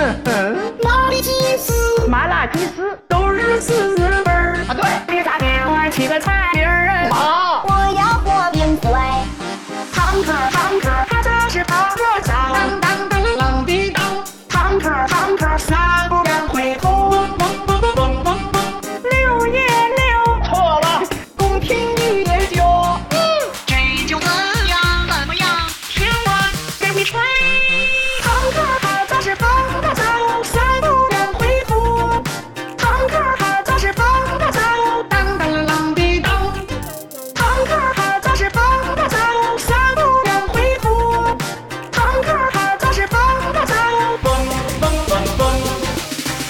S10: 嗯哼，麻里鸡丝，麻辣鸡丝都是四十分儿啊！对，别打电话起个菜名儿啊！好，
S1: 我要火冰嘴，
S10: 堂客堂客，他这是跑热场，当当当啷滴当，堂客堂客，撒不然会头嗡嗡嗡嗡嗡嗡。六月六，错了，宫廷一点酒，嗯，这酒怎么样？怎么样？听我给你吹。堂客他这是放大招，三不然回头。堂客他这是放大招，当当啷滴当。堂客他这是放大招，三不然回头。堂客他这是放大招，蹦蹦蹦蹦。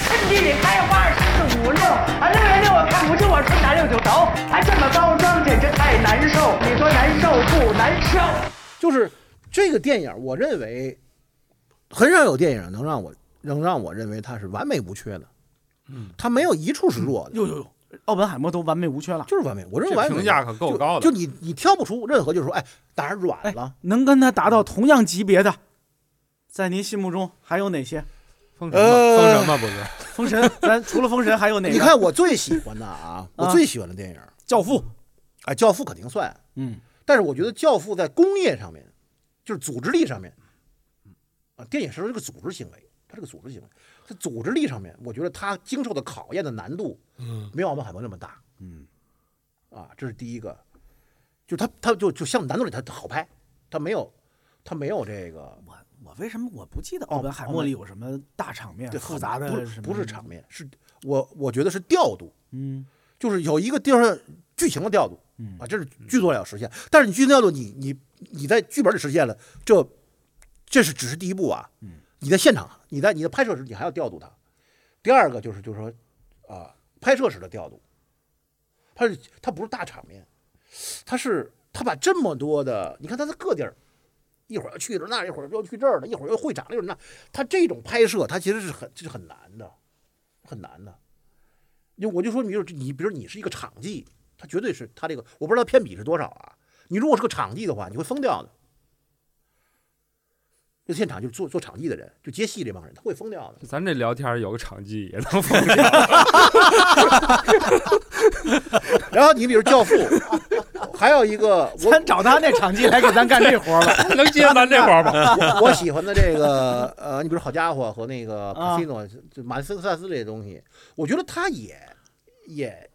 S10: 趁地里开花四五六，啊六月六我看不见我穿啥六九头，还这么包装简直太难受，你说难受不难受？
S5: 就是这个电影，我认为很少有电影能让我能让我认为它是完美无缺的，嗯，它没有一处是弱的，
S4: 呦呦呦，奥本海默都完美无缺了，
S5: 就是完美。我认为
S7: 嗯这
S5: 完美
S7: 评价可够
S5: 就
S7: 高的
S5: 就你你挑不出任何就是说，哎，哪儿软
S4: 哎
S5: 了？，
S4: 能跟他达到同样级别的，在您心目中还有哪些？
S7: 封神吧，
S5: 呃
S7: 封神吧，不是？
S4: 封神，咱除了封神还有哪个？
S5: 你看我最喜欢的啊，我
S4: 啊
S5: 最喜欢的电影，
S4: 《教父》，
S5: 哎，《教父》肯定算，
S4: 嗯，
S5: 但是我觉得《教父》在工业上面，就是组织力上面，啊，电影是这个组织行为，它是个组织行为，它组织力上面，我觉得它经受的考验的难度，嗯，没有《奥本海默》那么大，
S4: 嗯，
S5: 啊，这是第一个，就它它就就像难度里它它好拍，它没有它没有这个
S4: 我我为什么我不记得奥本海默里有什么大场面、
S5: 对
S4: 复杂的
S5: 不
S4: 什
S5: 是
S4: 么
S5: 不是场面，是我我觉得是调度，
S4: 嗯，
S5: 就是有一个地方的剧情的调度，嗯啊，这是剧作要实现，但是你剧情调度你你你在剧本里实现了，这这是只是第一步啊，嗯，你在现场，你在你的拍摄时你还要调度它，第二个就是就是说啊、拍摄时的调度，它是它不是大场面，它是它把这么多的，你看它在各地儿。一会儿去这儿那儿，一会儿又去这儿了，一会儿又会场了，一会儿那，它这种拍摄，它其实是很这是很难的，很难的。就我就说，你比如你，比如你是一个场记，他绝对是他这个，我不知道片比是多少啊。你如果是个场记的话，你会疯掉的。就现场就做做场记的人，就接戏这帮人，他会疯掉的。
S7: 咱这聊天儿有个场记也能封神，
S5: 然后你比如《教父》，还有一个
S4: 咱找他那场记来给咱干这活儿 吧。
S7: 能接咱这活儿吗？
S5: 我我喜欢的这个呃，你比如《好家伙》和那个《
S4: 啊
S5: Casino》，就马斯克萨斯这些东西，我觉得他也也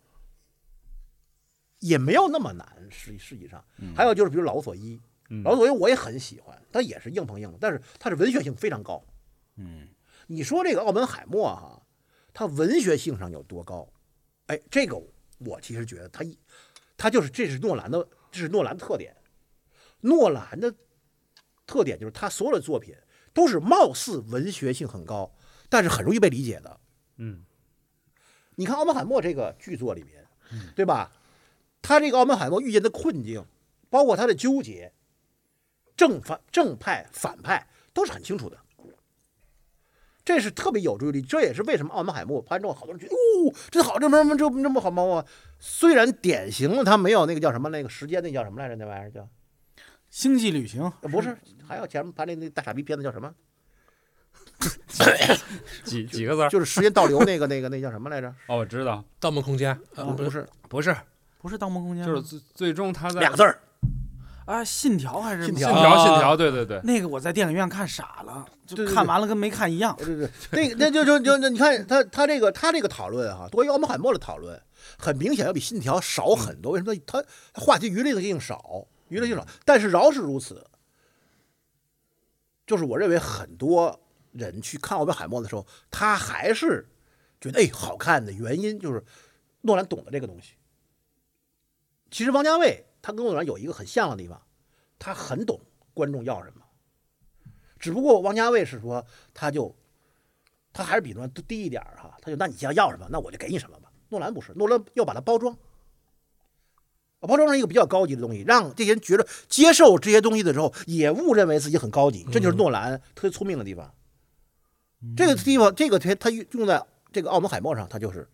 S5: 也没有那么难，实实际上。还有就是比如老索伊，老索伊我也很喜欢，但也是硬碰硬的，但是它是文学性非常高。
S4: 嗯，
S5: 你说这个奥本海默哈，它文学性上有多高？哎，这个我其实觉得他一，他就是这是诺兰的，这是诺兰的特点。诺兰的特点就是他所有的作品都是貌似文学性很高，但是很容易被理解的。
S7: 嗯，
S5: 你看《奥本海默》这个剧作里面，对吧？他这个奥本海默遇见的困境，包括他的纠结，正反正派反派都是很清楚的。这是特别有助于理，这也是为什么奥本海默拍完之后，好多人觉得哟，这好，这么这么这么这么好吗？我虽然典型的他没有那个叫什么那个时间，那叫什么来着？那玩意儿叫
S4: 星际旅行
S5: 呃不是，还有前面拍那那大傻逼片子叫什么？
S7: 几几个字儿？
S5: 就是时间倒流那个那个那叫什么来着？
S7: 哦，我知道，
S6: 《盗梦空间》呃
S5: 不是
S7: 不是，
S4: 不是《盗梦空间》
S7: 就是
S4: 吗，
S7: 最最终他在
S5: 俩字儿，
S4: 啊，信条还是
S5: 信
S7: 信
S5: 条
S7: 条，信
S6: 啊
S7: 条，对对对，
S4: 那个我在电影院看傻了，就
S5: 对对对
S4: 看完了跟没看一样。
S5: 对 对，那个那就就就那你看他他这个他这个讨论哈、多于奥本海默的讨论，很明显要比《信条》少很多。为什么他他话题娱乐性少，娱乐性少？但是饶是如此，就是我认为很多人去看奥本海默的时候，他还是觉得哎好看的原因就是诺兰懂得这个东西。其实王家卫他跟诺兰有一个很像的地方，他很懂观众要什么。只不过王家卫是说，他就他还是比诺兰低一点儿哈、他就那你想要什么，那我就给你什么吧。诺兰不是，诺兰要把它包装，包装成一个比较高级的东西，让这些人觉得接受这些东西的时候，也误认为自己很高级，这就是诺兰特别聪明的地方。这个地方，这个他他用在这个奥本海默上，他就是，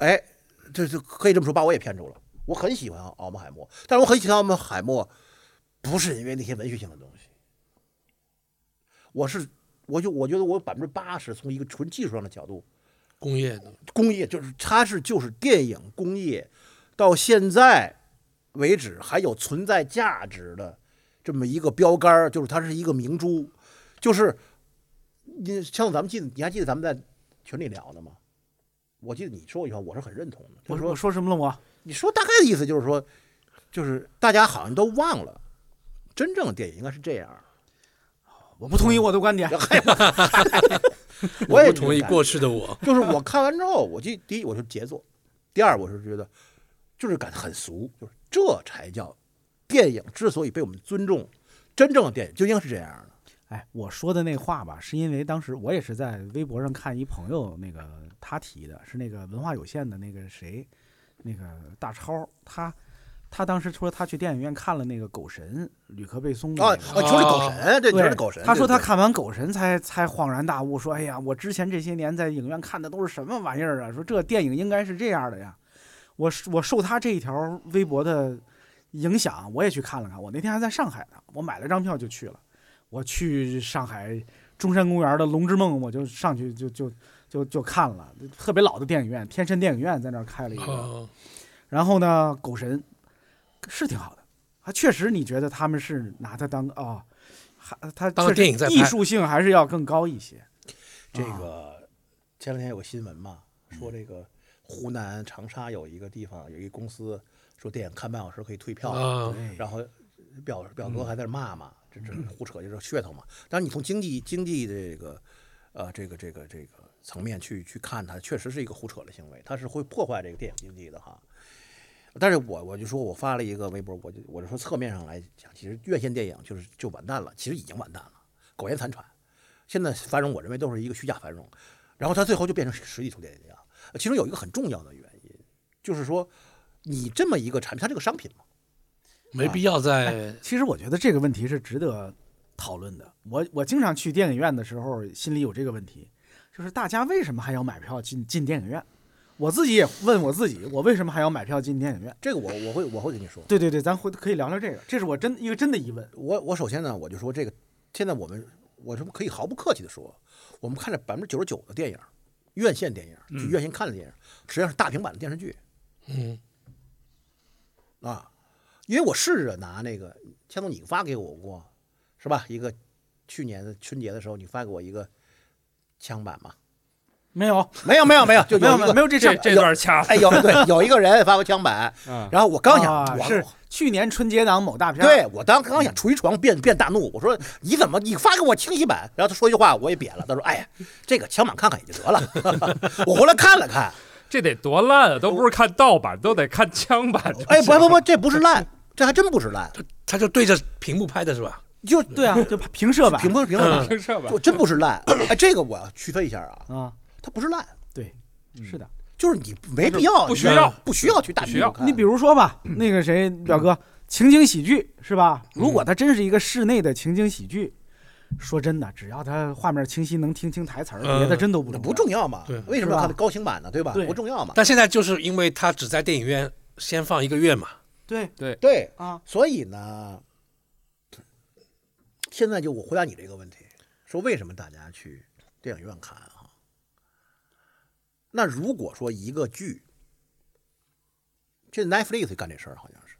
S5: 哎，这这可以这么说，把我也骗住了。我很喜欢奥本海默，但是我很喜欢奥本海默，不是因为那些文学性的东西，我是我就我觉得我百分之八十从一个纯技术上的角度，
S6: 工业的，
S5: 工业就是它是就是电影工业到现在为止还有存在价值的这么一个标杆儿，就是它是一个明珠，就是你像咱们记得你还记得咱们在群里聊的吗？我记得你说过一句话，我是很认同的，就
S4: 我说
S5: 是说
S4: 我说什么了我？
S5: 你说大概的意思就是说，就是大家好像都忘了，真正的电影应该是这样儿。哦
S4: 我不同意我的观点。
S5: 我也
S6: 不同意过去的我。
S5: 就是我看完之后，我就第一我是杰作，第二我是觉得就是感觉很俗，就是这才叫电影之所以被我们尊重，真正的电影就应该是这样的。
S4: 哎，我说的那话吧，是因为当时我也是在微博上看一朋友那个他提的，是那个文化有限的那个谁，那个大超，他他当时说他去电影院看了那个《狗神》，吕克贝松的
S5: 啊
S4: 那
S5: 啊，
S4: 个
S5: 你说这狗神，对，你说这狗神，
S4: 嗯他说
S5: 对
S4: 他，看完《狗神》才才恍然大悟，说：“哎呀，我之前这些年在影院看的都是什么玩意儿啊？说这电影应该是这样的呀。”我是我受他这一条微博的影响，我也去看了看。我那天还在上海呢，我买了张票就去了。我去上海中山公园的《龙之梦》，我就上去就就就就看了，特别老的电影院，天山电影院在那儿开了一个。
S6: 呃，
S4: 然后呢，狗神是挺好的，啊，确实你觉得他们是拿它当啊，还、它
S6: 当
S4: 确实
S6: 电影在拍
S4: 艺术性还是要更高一些。啊
S5: 对对这个前两天有个新闻嘛，说这个湖南长沙有一个地方有一个公司说电影看半小时可以退票，
S6: 啊，
S5: 然后表表哥还在那骂嘛，这这胡扯就是噱头嘛。但是你从经济经济的这个呃这个这个这个层面去去看它，确实是一个胡扯的行为，它是会破坏这个电影经济的哈。但是我我就说我发了一个微博，我就我就说侧面上来讲，其实院线电影就是就完蛋了，其实已经完蛋了，苟延残喘。现在繁荣，我认为都是一个虚假繁荣，然后它最后就变成实体书店这样。呃其中有一个很重要的原因，就是说你这么一个产品，它这个商品嘛，
S4: 啊
S6: 没必要再
S4: 其实我觉得这个问题是值得讨论的。我我经常去电影院的时候，心里有这个问题，就是大家为什么还要买票进进电影院？我自己也问我自己，我为什么还要买票进电影院？
S5: 这个我我会我会跟你说。
S4: 对对对，咱回可以聊聊这个，这是我真一个真的疑问。
S5: 我我首先呢，我就说这个，现在我们我这可以毫不客气的说，我们看着百分之九十九的电影，院线电影，去院线看的电影，实际上是大平板的电视剧。
S6: 嗯
S5: 啊，因为我试着拿那个，千总你发给我过，是吧？一个去年的春节的时候，你发给我一个枪版嘛，
S4: 没有，
S5: 没有没有没有，就
S4: 没有
S5: 有一
S4: 没有
S5: 个
S4: 没有这事儿
S7: 这这段掐了。
S5: 哎有对有一个人发过枪版，
S7: 嗯，
S5: 然后我刚想
S4: 啊
S5: 我
S4: 是去年春节档某大片，
S5: 对，我当刚想捶床变变大怒，我说你怎么你发给我清晰版？然后他说一句话我也瘪了，他说哎呀，这个枪版看看也就得了。 我回来看了看，
S7: 这得多烂啊！都不是看盗版，都得看枪版。
S5: 哎不不不，这不是烂，这还真不是烂，
S6: 他就对着屏幕拍的是吧？
S5: 就
S4: 对啊，就平射版
S5: 评分评分，
S7: 听这吧
S5: 我，真不是烂。哎，这个我要区分一下啊，
S4: 啊，
S5: 它不是烂，
S4: 对，
S5: 嗯
S4: 是的。
S5: 就是你没必要，
S7: 不需要
S5: 不需要去大屏幕看
S4: 你比如说吧，
S5: 嗯
S4: 那个谁表哥，情景喜剧是吧？如
S5: 嗯
S4: 果它真是一个室内的情景喜剧，说真的，只要它画面清晰，能听清台词儿，
S6: 嗯
S4: 别的真都不
S5: 那
S4: 重
S5: 不重要嘛
S6: 对？
S5: 为什么
S4: 是吧
S5: 要看高清版呢？对吧？
S4: 对
S5: 不重要嘛？
S6: 但现在就是因为他只在电影院先放一个月嘛，
S4: 对
S5: 对，
S4: 啊，
S5: 所以呢，现在就我回答你这个问题，说为什么大家去电影院看啊？那如果说一个剧，这 Netflix 干这事儿好像是，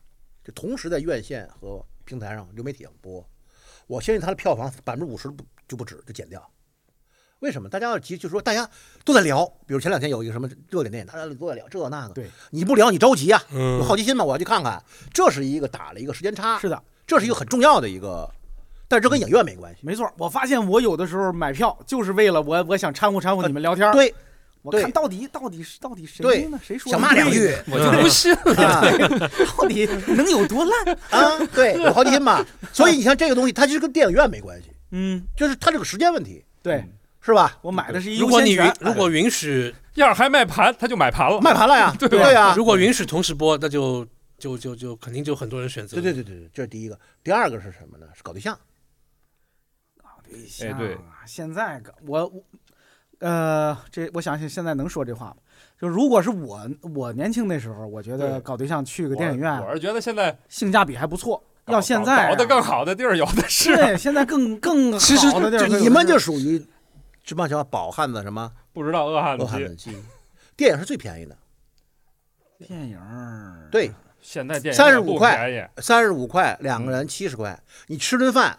S5: 就同时在院线和平台上流媒体上播，我相信它的票房百分之五十不就不止就减掉。为什么大家要急？就说大家都在聊，比如前两天有一个什么热点电影，大家都在聊这那个。
S4: 对，
S5: 你不聊你着急啊，
S6: 嗯
S5: 有好奇心嘛，我要去看看。这是一个打了一个时间差，
S4: 是的，
S5: 这是一个很重要的一个，但是这跟影院没关系。
S4: 没错。我发现我有的时候买票就是为了我，我想掺和掺和你们聊天儿。
S5: 呃对，
S4: 我
S5: 对
S4: 看到底到底是到底谁
S5: 对
S4: 呢？嗯谁说
S5: 想
S4: 的
S5: 骂两
S4: 对
S5: 句
S4: 呢
S7: 我就
S6: 嗯
S7: 不信。
S5: 啊
S4: 到底能有多烂？
S5: 啊，对，有好奇心嘛。所以你看这个东西，它就是跟电影院没关系，
S4: 嗯，
S5: 就是它这个时间问题，
S4: 对
S5: 是吧？
S4: 我买的是一
S6: 如
S4: 优
S6: 果
S4: 先
S6: 你允
S4: 权。
S6: 如果允许，
S7: 要是还卖盘，他就买盘了。
S5: 卖盘了呀，对啊
S7: 吧
S5: 呀，
S6: 如果允许同时播，那就就就就肯定就很多人选择。
S5: 对对对对对，这是第一个。第二个是什么呢？是搞对象。
S4: 对象啊
S7: 哎对
S4: 现在个我我呃，这我想想，现在能说这话吗？就如果是我我年轻那时候，我觉得
S7: 对
S4: 搞对象去个
S7: 我
S4: 电影
S7: 我
S4: 院
S7: 是觉得现在
S4: 性价比还不错。
S7: 搞
S4: 要现在啊
S7: 搞得更好的地儿有 的是，啊
S4: 对，现在更更
S6: 其实
S4: 好的地
S5: 就
S4: 儿，
S5: 你们就属于什么叫饱汉子什么
S7: 不知道饿汉
S5: 饿汉
S7: 子
S5: 子。鸡，电影是最便宜的，
S4: 电影儿
S5: 对，
S7: 现在电影
S5: 35
S7: 院不
S5: 块
S7: 便宜，
S5: 三十五块两个人七十块，你吃顿饭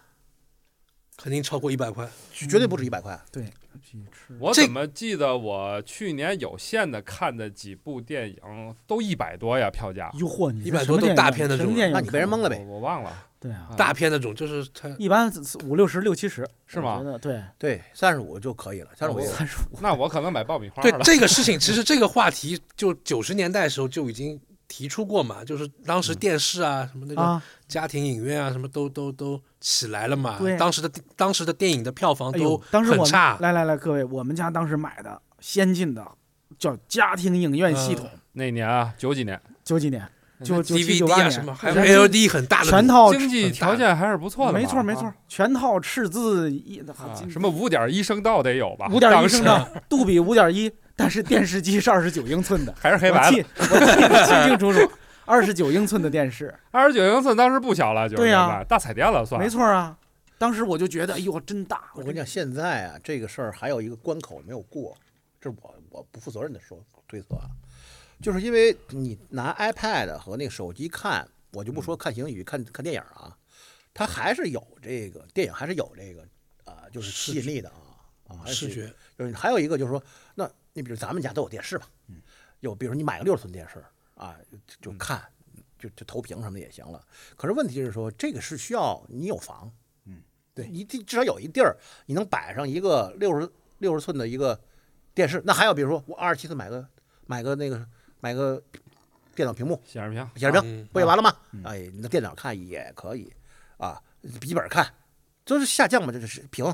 S6: 肯定超过一百块。
S5: 绝对不止一百块。
S4: 对，去吃
S7: 我
S6: 这
S7: 怎么记得我去年有限的看的几部电影都一百多呀，票价。
S4: 诱惑你
S6: 100
S4: 什么
S6: 多都
S4: 电影
S6: 大
S4: 儿
S6: 片的
S4: 什么
S6: 这种
S4: 电影儿啊
S5: 那你被人蒙了呗
S7: 我。我忘了，
S4: 对啊，
S6: 大片那种就是他
S4: 一般五六十六七十
S7: 是吗
S4: 我觉得对，
S5: 对，三十五就可以了，三十五
S7: 哦
S4: 三十五
S7: 那我可能买爆米花
S6: 对
S7: 了。
S6: 这个事情，其实这个话题就九十年代的时候就已经提出过嘛，就是当时电视啊什么那个
S4: 啊，
S6: 家庭影院啊什么都都都起来了嘛
S4: 对。
S6: 当时的当时的电影的票房
S4: 哎
S6: 都
S4: 呦，当时我
S6: 很
S4: 们
S6: 差，
S4: 来来来，各位，我们家当时买的先进的叫家庭影院系统，
S7: 那年啊，九几年，
S4: 九几年就九七九
S6: DVD
S4: 八
S6: 啊
S4: 年
S6: 什么，还有
S4: 全
S6: LD 很大的
S4: 全套
S7: 经济条件还是不错的嘛。
S4: 没错没错
S7: 啊，，
S4: 全套赤字一好
S7: 啊
S4: 今
S7: 什么五点一声道得有吧？
S4: 五点一
S7: 当
S4: 声
S7: 时
S4: 道，杜比五点一，但是电视机是二十九英寸的，
S7: 还是黑
S4: 我
S7: 白的
S4: 记，我记得清清楚楚，二十九英寸的电视，
S7: 二十九英寸当时不小了，就是
S4: 对呀
S7: 大彩电了算。
S4: 没，错啊。当时我就觉得，哎呦，真大！
S5: 我跟你讲，现在啊，这个事儿还有一个关口没有过，这是我我不负责任的说推测啊，就是因为你拿 iPad 和那个手机看，我就不说看行语、看看电影啊，它还是有这个电影，还是有这个啊、呃就是吸引力的啊啊，还是吸
S6: 视
S5: 引
S6: 觉
S5: 力。就是还有一个就是说，那你比如咱们家都有电视吧，
S6: 嗯
S5: 有比如你买个六十寸电视啊，就就看。就就投屏什么的也行了，可是问题是说这个是需要你有房，
S6: 嗯
S5: 对你至至少有一地儿，你能摆上一个六十六十寸的一个电视。那还有比如说，我二十七寸买个买个那个买个电脑屏幕
S7: 显示屏
S5: 显示
S6: 嗯
S5: 屏，不就完了吗？哎，你的电脑看也可以啊，笔记本看，就是下降嘛，这就是屏，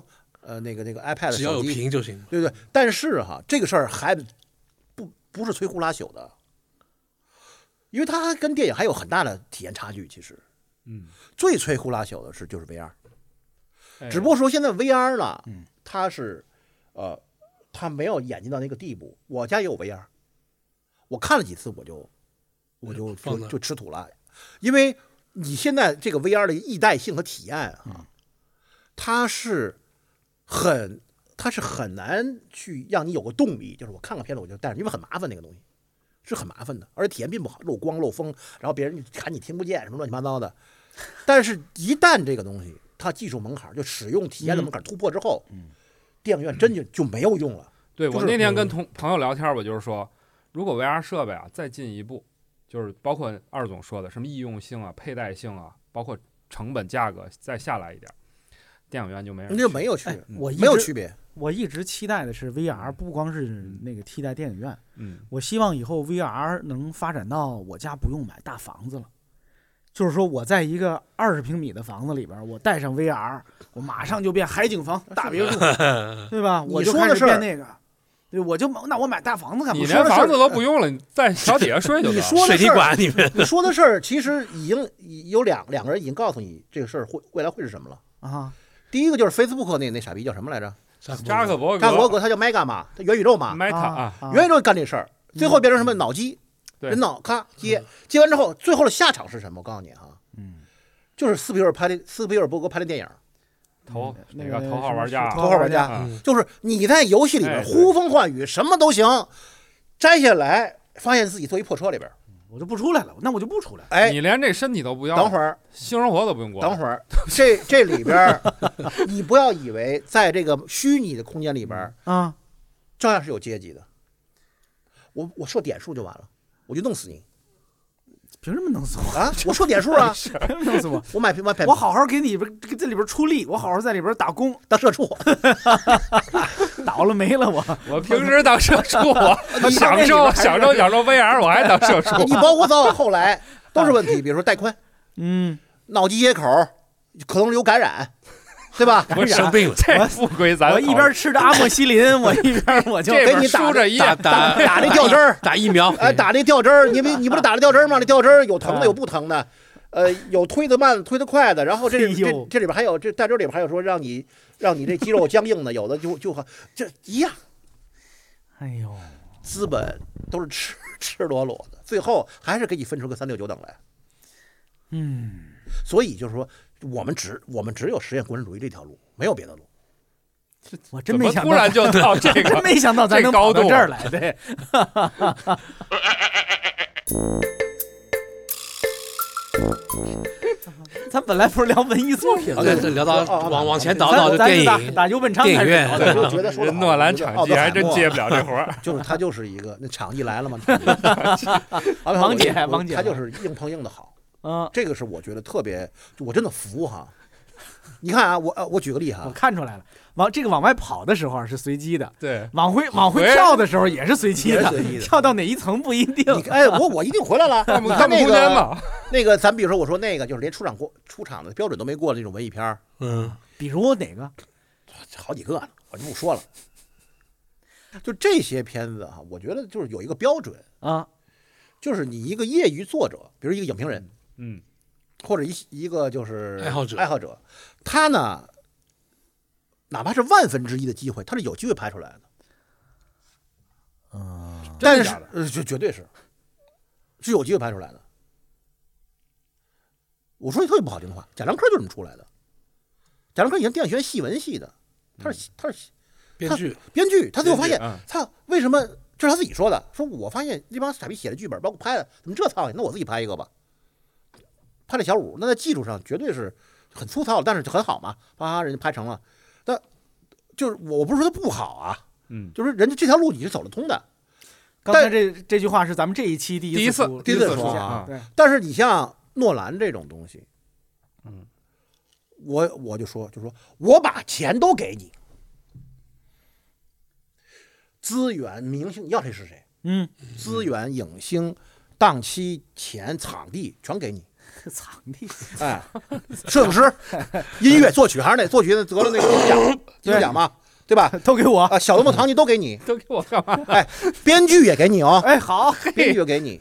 S5: 呃，那个那个 iPad
S6: 只要
S5: 手
S6: 有
S5: 机
S6: 屏就行。
S5: 对不对？但是哈，这个事儿还不不是摧枯拉朽的，因为它还跟电影还有很大的体验差距。其实，
S7: 嗯，
S5: 最摧枯拉朽的是就是 VR，
S7: 哎
S5: 只不过说现在 VR 了，
S6: 嗯
S5: 它是呃，它没有演进到那个地步。我家也有 VR，我看了几次我就我就
S6: 哎放
S5: 就
S6: 那儿
S5: 就吃土了，因为你现在这个 VR 的易带性和体验啊，
S6: 嗯
S5: 它是很它是很难去让你有个动力，就是我看个片子我就带上，因为很麻烦那个东西。是很麻烦的，而且体验并不好，漏光漏风，然后别人喊你听不见，什么乱七八糟的。但是，一旦这个东西它技术门槛儿就使用体验的门槛儿突破之后，电影院真就就没有用了。
S7: 对
S5: 就
S7: 我
S5: 是嗯
S7: 那天跟同朋友聊天，我就是说，如果 VR 设备啊再进一步，就是包括二总说的什么易用性啊、佩戴性啊，包括成本价格再下来一点儿，电影院就没人
S5: 那就
S7: 去
S5: 没有区
S4: 哎
S5: 别，
S4: 我一
S5: 嗯没有
S4: 直
S5: 区别。
S4: 我一直期待的是 VR，不光是那个替代电影院，
S7: 嗯
S4: 我希望以后 VR 能发展到我家不用买大房子了，就是说我在一个二十平米的房子里边儿，我带上 VR，我马上就变海景房、大 别墅，对吧？我就
S5: 说的
S4: 开始
S5: 事儿
S4: 变那个，对，我就那我买大房子干嘛？
S7: 你
S4: 我说
S7: 连
S4: 的
S7: 房
S4: 事
S7: 子都不用了，你在桥底下睡就
S5: 你
S7: 得了。
S5: 说
S6: 水
S5: 的
S6: 泥
S5: 事儿，
S6: 管里 面，
S5: 你说的事儿，其实已经已有两两个人已经告诉你这个事儿会未来会是什么了。
S4: 儿啊，
S5: 第一个就是 Facebook 那那傻逼叫什么来着？
S7: 扎克伯格、
S5: 扎克伯格，他叫 Mega 嘛，他元宇宙嘛，
S7: Meta 啊，
S4: 啊
S5: 元宇宙干这事儿，最后变成什么脑机，
S7: 对
S5: 人脑咔接接完之后，最后的下场是什么？我告诉你哈，
S4: 嗯，
S5: 就是斯皮尔拍的斯皮尔伯格拍的电影，
S7: 头
S5: 嗯
S4: 那
S7: 哪个头号
S4: 什么
S7: 玩家
S4: 是
S5: 头号玩家
S7: 啊
S5: 就是你在游戏里边
S7: 哎对
S5: 呼风唤雨，什么都行，摘下来发现自己坐一破车里边，
S4: 嗯我就不出来了，那我就不出来了。
S5: 哎，
S7: 你连这身体都不要了，
S5: 等会儿
S7: 性生活都不用过了，
S5: 等会儿，这这里边 儿，你不要以为在这个虚拟的空间里边儿，
S4: 啊，
S5: 照样是有阶级的。我我说点数就完了，我就弄死你
S4: 凭什么弄死我？
S5: 啊！我说点数啊，
S4: 凭什么弄死我？
S5: 我买平买买
S4: 我好好给你们这里边出力，我好好在里边打工，
S5: 当社畜，
S4: 倒了霉了我。
S7: 我平时 当社畜，我享
S4: 你
S7: 受
S4: 还
S7: 享受享受 VR，我还当社畜。
S5: 你包括到后来都是问题，比如说带宽、
S4: 嗯，
S5: 脑机接口，可能有感染，对吧？
S7: 我
S6: 生病了，
S7: 这不归咱
S4: 我一边吃着阿莫西林，我一边我就
S7: 这
S5: 给
S7: 边
S5: 你打
S7: 输着一
S6: 打打
S5: 打那吊针儿，
S6: 打疫苗，
S5: 哎，打那吊针儿，你不你不是打那吊针儿吗？那吊针儿有疼的，有不疼的，呃，有推得慢、推得快的。然后这
S4: 哎
S5: 这
S4: 呦
S5: 这里边还有这吊针里边还有说让你让你这肌肉僵硬的，有的就就和这一样，
S4: 哎呦，
S5: 资本都是 赤赤裸裸的，最后还是给你分出个三六九等来。
S4: 嗯，
S5: 所以就是说，我们只我们只有实现共产主义这条路，没有别的路。
S4: 我真
S7: 怎
S4: 没
S7: 么
S4: 想
S7: 突
S4: 到
S7: 然，就到这
S4: 真
S7: 个？
S4: 没想到咱
S7: 这
S4: 能跑
S7: 高
S4: 到
S7: 度
S4: 这儿来，对。 咱本来不是聊文艺作品吗？
S6: 这聊到
S5: 哦哦
S6: 往往前倒
S4: 咱
S6: 倒就
S4: 咱
S6: 电
S4: 打
S6: 影，
S4: 打游本昌开始
S6: 电影
S4: 聊
S5: 我
S6: 院
S4: 的
S5: 就觉得说得好哦
S7: 诺兰
S5: 就是
S7: 场
S5: 奥
S7: 记
S5: 本海
S7: 还真
S5: 默
S7: 接不了这活儿。
S5: 就是他就是一个那场地来了嘛，场地奥本海默
S4: 王姐
S5: 我
S4: 王姐
S5: 他就是硬碰硬的好。
S4: 嗯，
S5: 这个是我觉得特别，就我真的服哈。你看啊，我呃我举个例
S4: 嗯我
S5: 哈，
S4: 看出来了，往这个往外跑的时候啊是随机的，
S7: 对，
S4: 往回往回
S7: 回
S4: 跳的时候也是随机
S5: 也
S4: 的
S5: 是随机，的
S4: 跳到哪一层不一定。
S5: 你看哎，我我一定回来了。
S7: 弹幕
S5: 你看
S7: 弹幕
S5: 那
S7: 空间
S5: 个
S7: 嘛，
S5: 那个，咱比如说我说那个，就是连出场过出场的标准都没过的那种文艺片儿，
S6: 嗯，
S4: 比如哪个？
S5: 好几个呢，我就不说了。就这些片子哈、我觉得就是有一个标准，
S4: 啊，
S5: 就是你一个业余作者，比如一个影评人，
S7: 嗯，
S5: 或者一一个就是
S6: 爱好者
S5: 爱好者，他呢，哪怕是万分之一的机会，他是有机会拍出来的。嗯，但是
S7: 假的
S5: 呃绝绝对是，是有机会拍出来的。我说句特别不好听的话，贾樟柯就这么出来的。贾樟柯以前电影学院戏文系的，他
S7: 嗯
S5: 是他是
S6: 编剧
S5: 编剧，他最后发现
S7: 编剧嗯，
S5: 操，为什么？这是他自己说的，说我发现这帮傻逼写的剧本，包括拍的，怎么这操性？那我自己拍一个吧。拍了小五，那在技术上绝对是很粗糙的，但是就很好嘛，啪，人家拍成了。但就是我我不是说他不好啊，
S7: 嗯，
S5: 就是人家这条路你是走得通的。
S4: 刚才这这句话是咱们这一期第
S7: 第一
S4: 一
S7: 次
S4: 出
S5: 第一次
S7: 次
S5: 说
S7: 出现
S5: 啊
S7: 啊，
S4: 对，
S5: 但是你像诺兰这种东西，
S7: 嗯，
S5: 我我就说，就说我把钱都给你，资源、明星，你要谁是谁，
S4: 嗯，
S5: 资源、影星、档期、钱、场地全给 你。
S4: 藏地
S5: 哎，摄影师、音乐、作曲还是那作曲得了那个金钟奖，金钟奖嘛，对吧？
S4: 都给我。
S5: 啊，小动物堂你都给 你，
S7: 都给我干嘛？
S5: 哎，编剧也给你哦，
S4: 哎，好，
S5: 编剧也给你，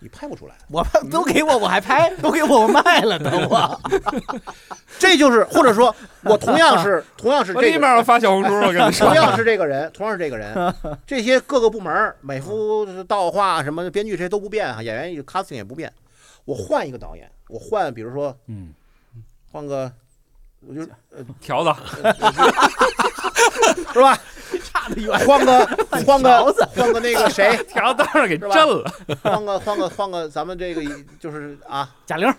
S5: 你拍不出来。
S4: 我拍都给我，我还拍，都给我，我卖了都我。
S5: 这就是或者说，我同样 是同样是
S7: 我
S5: 这
S7: 立
S5: 个，
S7: 马发小红书，我跟你说
S5: 同，样 是这个人，同样是这个人，这些各个部门儿美肤、道化什么的编剧这些都不变啊，演员 casting 也不变，我换一个导演，我换比如说，
S4: 嗯，
S5: 换个，我就
S7: 条子，
S5: 是吧，
S4: 差得远。
S5: 换个换
S4: 条
S5: 个
S4: 子
S5: 换个那个 谁，
S7: 条子让人给震了。
S5: 换个换个换个咱们这个就是啊，
S4: 贾玲，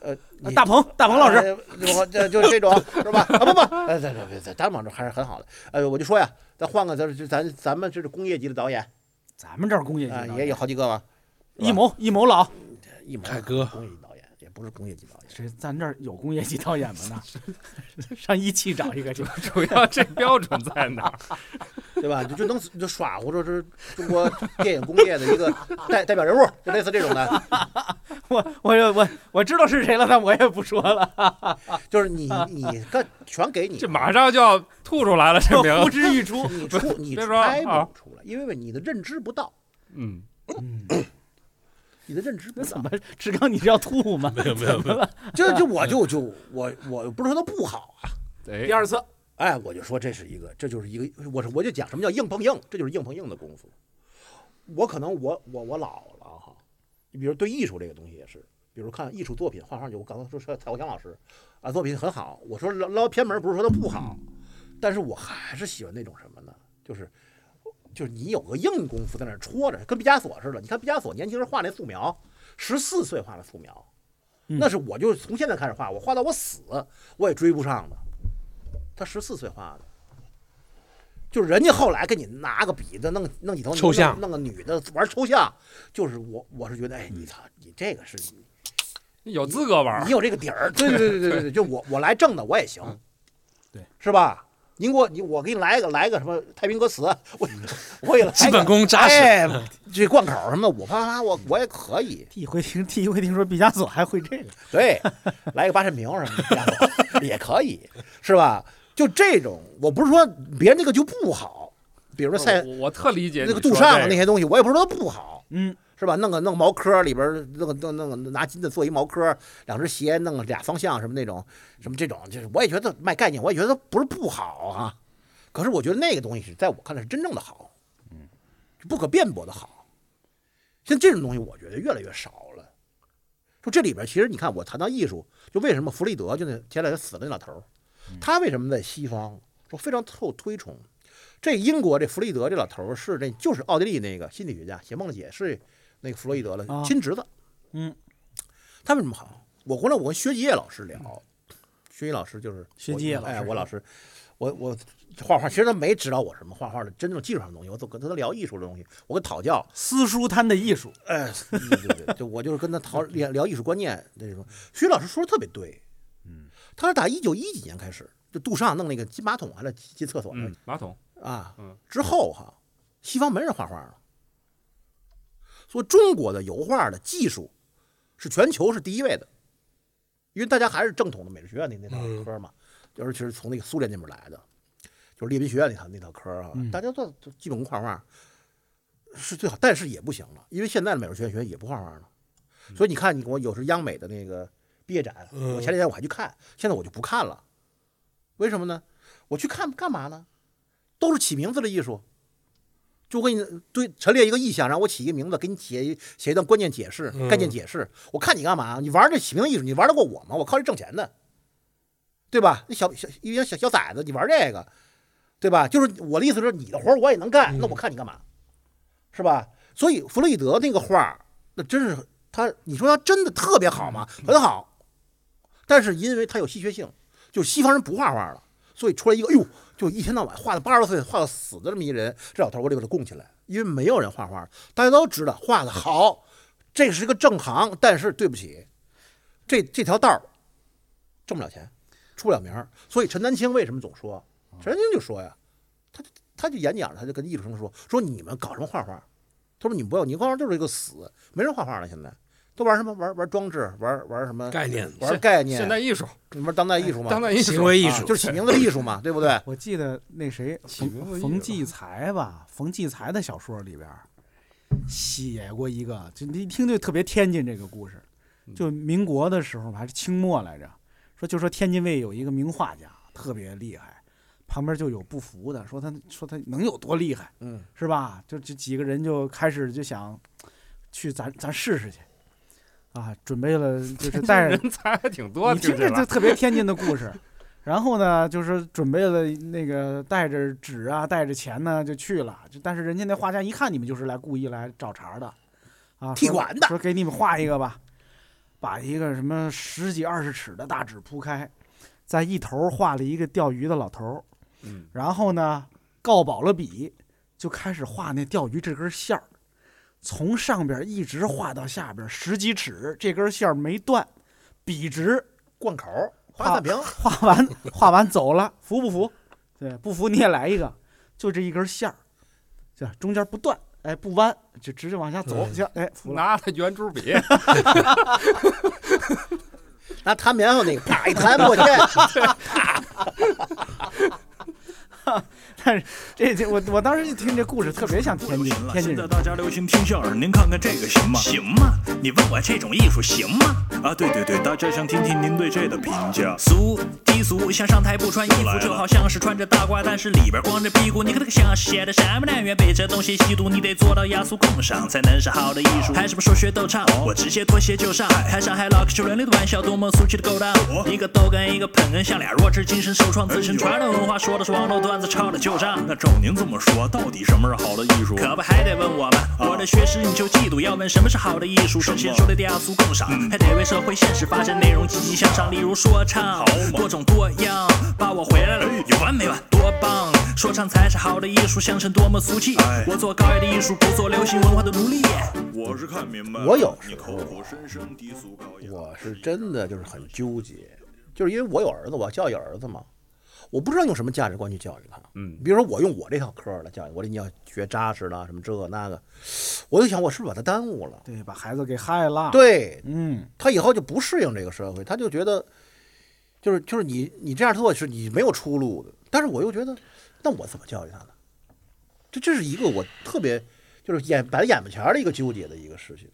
S5: 呃，你
S4: 大鹏，大鹏老师，
S5: 呃，我这就这种是吧？啊不不，呃，咱咱咱咱们这还是很好的。呃，我就说呀，咱换个咱就咱咱们这是工业级的导演
S4: 咱们这儿工业级
S5: 啊、
S4: 导演
S5: 也有好几个吧。
S4: 一谋一谋老，
S5: 一模
S6: 凯哥
S5: 工业级导演也不是工业级导演，
S4: 这咱这儿有工业级导演吗？那 上一汽找一个去。
S7: 主要这标准在哪儿？
S5: 对吧？就就能就耍乎着这是中国电影工业的 一个代代表人物，就类似这种的，
S4: 我我我我知道是谁了，但我也不说了。
S5: 就是 你你干全给你，
S7: 这马上就要吐出来了，这名
S4: 呼
S7: 字。
S4: 之欲出。
S5: 你出你
S7: 别
S5: 猜
S7: 说啊
S5: 不出来，因为你的认知不到，
S7: 嗯，
S5: 你的认知不
S4: 那
S5: 到
S4: 怎。么？志刚，你是要吐吗？
S6: 没有没有没有，
S5: 就 就我就就我我不是说他不好啊，
S7: 哎
S4: 第，二次，
S5: 哎，我就说这是一个，这就是一个，我是我就讲什么叫硬碰硬，这就是硬碰硬的功夫。我可能我我我老了哈，你比如对艺术这个东西也是，比如看艺术作品，画上去，我刚才说是蔡国强老师啊，作品很好，我说捞捞偏门不是说他不好，但是我还是喜欢那种什么呢？就是就是你有个硬功夫在那儿戳着，跟毕加索似的。你看毕加索年轻人画那素描，十四岁画的素描，
S6: 嗯
S5: 那是我就从现在开始画，我画到我死我也追不上的。他十四岁画的，就是人家后来给你拿个笔子弄弄几头牛
S6: 抽象
S5: 弄弄个女的玩抽象，就是我我是觉得，哎，你操，你这个是
S7: 有资格玩儿
S5: 你。有这个底儿，对对对对对对，就我我来正的我也行，
S6: 嗯
S4: 对，
S5: 是吧？您给我你我给你来一个来一个什么太平歌词，我我也来一个
S6: 嗯基本功扎实
S5: 哎，这贯口什么的，我啪啪我我也可以，
S4: 第一回听，第一回听说毕加索还会这个。
S5: 对，来个八扇屏什么的也可以，是吧？就这种，我不是说别人那个就不好，比如说
S6: 哦
S5: 蔡
S7: 我我特理解
S5: 那
S7: 你
S5: 个
S7: 说
S5: 杜尚
S7: 这
S5: 那些东西，我也不是说它不好，
S4: 嗯，
S5: 是吧？弄个弄毛科里边儿弄个弄弄个拿金子做一毛科，两只鞋弄个俩方向什么那种，什么这种，就是我也觉得卖概念，我也觉得不是不好啊。可是我觉得那个东西是在我看来是真正的好，嗯，不可辩驳的好。像这种东西，我觉得越来越少了。说这里边其实你看，我谈到艺术，就为什么弗里德就那前两天死了那老头儿，
S4: 嗯
S5: 他为什么在西方说非常受推崇？这英国这弗洛伊德这老头儿是那就是奥地利那个心理学家，写梦姐是那个弗洛伊德的
S4: 啊
S5: 亲侄子。
S4: 嗯，
S5: 他为什么好？我后来我跟薛继业老师聊，薛继业老师就是
S4: 嗯薛
S5: 我
S4: 继业老
S5: 哎，
S4: 师
S5: 我老师，我我画画，其实他没指导我什么画画的真正技术上的东西，我总跟他聊艺术的东西，我跟他讨教，
S4: 私书摊的艺术，
S5: 哎，对对对，就我就是跟他讨聊聊艺术观念那种。徐老师说的特别对，嗯，他说打一九一几年开始，就杜尚弄那个金马桶还是金厕所那
S7: 嗯，马桶
S5: 啊
S7: 嗯，
S5: 之后哈，西方没人画画了，所以中国的油画的技术是全球是第一位的，因为大家还是正统的美术学院那那套科嘛，尤其是从那个苏联那边来的，就是列宾学院那套那套科啊，大家都都基本功画画是最好，但是也不行了，因为现在的美术学院学生也不画画了，所以你看，你我有时候央美的那个毕业展，我前两天我还去看，现在我就不看了，为什么呢？我去看干嘛呢？都是起名字的艺术。就我给你对陈列一个意象，让我起一个名字，给你写一写一段关键解释、概念解释。我看你干嘛？你玩这起名字艺术，你玩得过我吗？我靠这挣钱的，对吧？那小小一些小小崽子，你玩这个，对吧？就是我的意思是，你的活儿我也能干，那我看你干嘛，是吧？所以弗洛伊德那个画儿，那真是他，你说他真的特别好吗？很好，但是因为它有稀缺性，就是西方人不画画了，所以出来一个，哎呦，就一天到晚画到八十岁画到死的这么一人，这老头儿我得给他供起来，因为没有人画画，大家都知道画的好，这是个正行，但是对不起，这这条道儿挣不了钱，出不了名儿，所以陈丹青为什么总说，陈丹青就说呀，他他就演讲，他就跟艺术生说，说你们搞什么画画？他说你们不要，你画画就是一个死，没人画画了，现在都玩什么玩玩装置，玩玩什么
S6: 概念
S5: 玩概念，
S7: 现代艺术，
S5: 你们当代艺术嘛，
S7: 当代艺术
S6: 行为艺
S5: 啊
S6: 术
S5: 就是起名字的艺术嘛，对不对？
S4: 我记得那谁
S7: 起名字
S4: 冯
S7: 艺术
S4: 冯骥才吧，冯骥才的小说里边儿写过一个，就你一听就特别天津这个故事，
S7: 嗯
S4: 就民国的时候吧，还是清末来着，说就说天津卫有一个名画家特别厉害，旁边就有不服的，说他说他能有多厉害，
S5: 嗯，
S4: 是吧？就这几个人就开始就想去咱咱试试去，啊，准备了就是带着
S7: 人才还挺多，
S4: 你听
S7: 起
S4: 着
S7: 来
S4: 就特别天津的故事。然后呢，就是准备了那个带着纸啊，带着钱呢就去了。就但是人家那画家一看你们就是来故意来找茬儿的，啊，
S5: 踢
S4: 说
S5: 馆的
S4: 说给你们画一个吧。把一个什么十几二十尺的大纸铺开，在一头画了一个钓鱼的老头儿，
S7: 嗯，
S4: 然后呢，告饱了笔，就开始画那钓鱼这根线儿，从上边一直画到下边十几尺，这根线儿没断，笔直。
S5: 灌口花饭瓶，
S4: 画完画完走了，服不服？对，不服你也来一个，就这一根线儿，这中间不断，哎，不弯，就直着往下走，行，哎，服了。
S7: 拿了圆珠笔，
S5: 拿弹棉花那个啪一弹过去，
S4: 但是这这我我当时一听这故事，特别像天津
S11: 了
S4: 天津
S11: 现在
S4: 人。
S11: 大家流行听相声，您看看这个行吗？行吗？你问我这种艺术行吗？啊，对对对，大家想听听您对这的评价。
S12: 俗低俗，像上台不穿衣
S11: 又来了，
S12: 服这好像是穿着大褂，但是里边光着屁股。你看这个像是写的什么呢？原北辙东西西读，你得做到雅俗共赏，才能是好的艺
S4: 哦
S12: 术。还什么说学逗唱，我直接脱鞋就上。台上还老开轮流的玩笑，多么俗气的勾当！一个逗哏，一个捧哏，像俩弱智精神受创，自身传统文化说的是王道段子，抄的旧账。
S11: 哎那照您这么说，到底什么是好的艺术？啊
S12: 可不还得问我吗？我的学识你就嫉妒，要问什么是好的艺术，首先说的得雅俗共赏，
S11: 嗯
S12: 还得为社会现实发展内容积极向上，例如说唱，多种多样，把我回来了，
S11: 哎
S12: 有完没完？多棒！说唱才是好的艺术，相声多么俗气，
S11: 哎
S12: 我做高雅的艺术，不做流行文化的奴隶。
S11: 我是看明白了，
S5: 我有
S11: 你口口声声低俗高雅，
S5: 我是真的就是很纠结，就是因为我有儿子，我要教育儿子嘛，我不知道用什么价值观去教育他。
S7: 嗯，
S5: 比如说我用我这套科儿来教育，我这你要学扎实了，什么这个那个，我就想我是不是把他耽误了？
S4: 对，把孩子给害
S5: 啊
S4: 了。，
S5: 对
S4: 嗯，
S5: 他以后就不适应这个社会，他就觉得，就是就是你你这样做是你没有出路的。但是我又觉得，那我怎么教育他呢？这这是一个我特别就是眼摆在眼巴前儿的一个纠结的一个事情。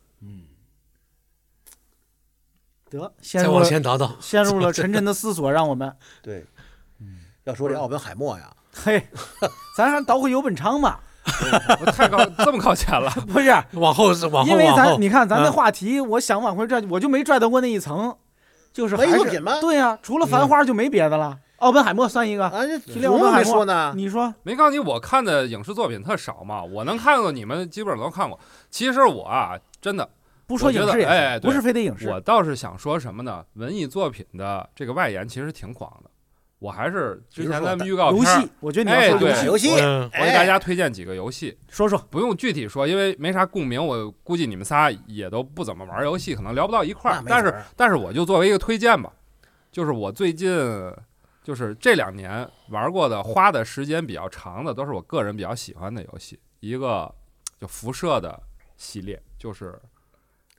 S4: 得陷
S6: 再
S4: 入
S6: 往
S4: 了
S6: 前倒倒，
S4: 陷入了沉沉的思索，让我们
S5: 对，
S7: 嗯
S5: 要说这奥本海默呀，
S4: 嘿，咱还倒回游本昌吧。
S7: 我太高，这么靠前了，
S4: 不是，
S6: 往后是往后
S4: 因为
S6: 往后
S4: 咱，你看咱这
S6: 嗯
S4: 话题，我想往回拽，我就没拽到过那一层，就是还
S5: 文艺作
S4: 是
S5: 品吗
S4: 对呀、除了《繁花》就没别的了。奥本海默算一个，
S5: 啊，这
S4: 提
S5: 提
S4: 炼奥本海
S5: 没
S4: 默
S5: 说
S7: 啊
S5: 呢，
S4: 你说
S7: 没告诉你，我看的影视作品特少嘛，我能看到你们基本上都看过。其实我啊，真的，
S4: 不说
S7: 我觉
S4: 影
S7: 得
S4: 视也行
S7: 哎对
S4: 嗯不是非得影视
S7: 我倒是想说什么呢？文艺作品的这个外延其实挺广的。我还是之前咱们预告
S4: 游
S7: 片儿，
S4: 戏，哎我觉得你要
S7: 哎
S4: 说
S7: 对
S4: 游
S5: 打
S4: 戏，
S5: 游戏，
S6: 嗯，
S7: 我给大家推荐几个游戏，
S4: 说说
S7: 不用具体说，因为没啥共鸣。我估计你们仨也都不怎么玩游戏，可能聊不到一块
S5: 那
S7: 儿。
S5: 没
S7: 但
S5: 准
S7: 是
S5: 儿，
S7: 但是我就作为一个推荐吧，就是我最近就是这两年玩过的、花的时间比较长的，都是我个人比较喜欢的游戏。一个就辐射的系列，就是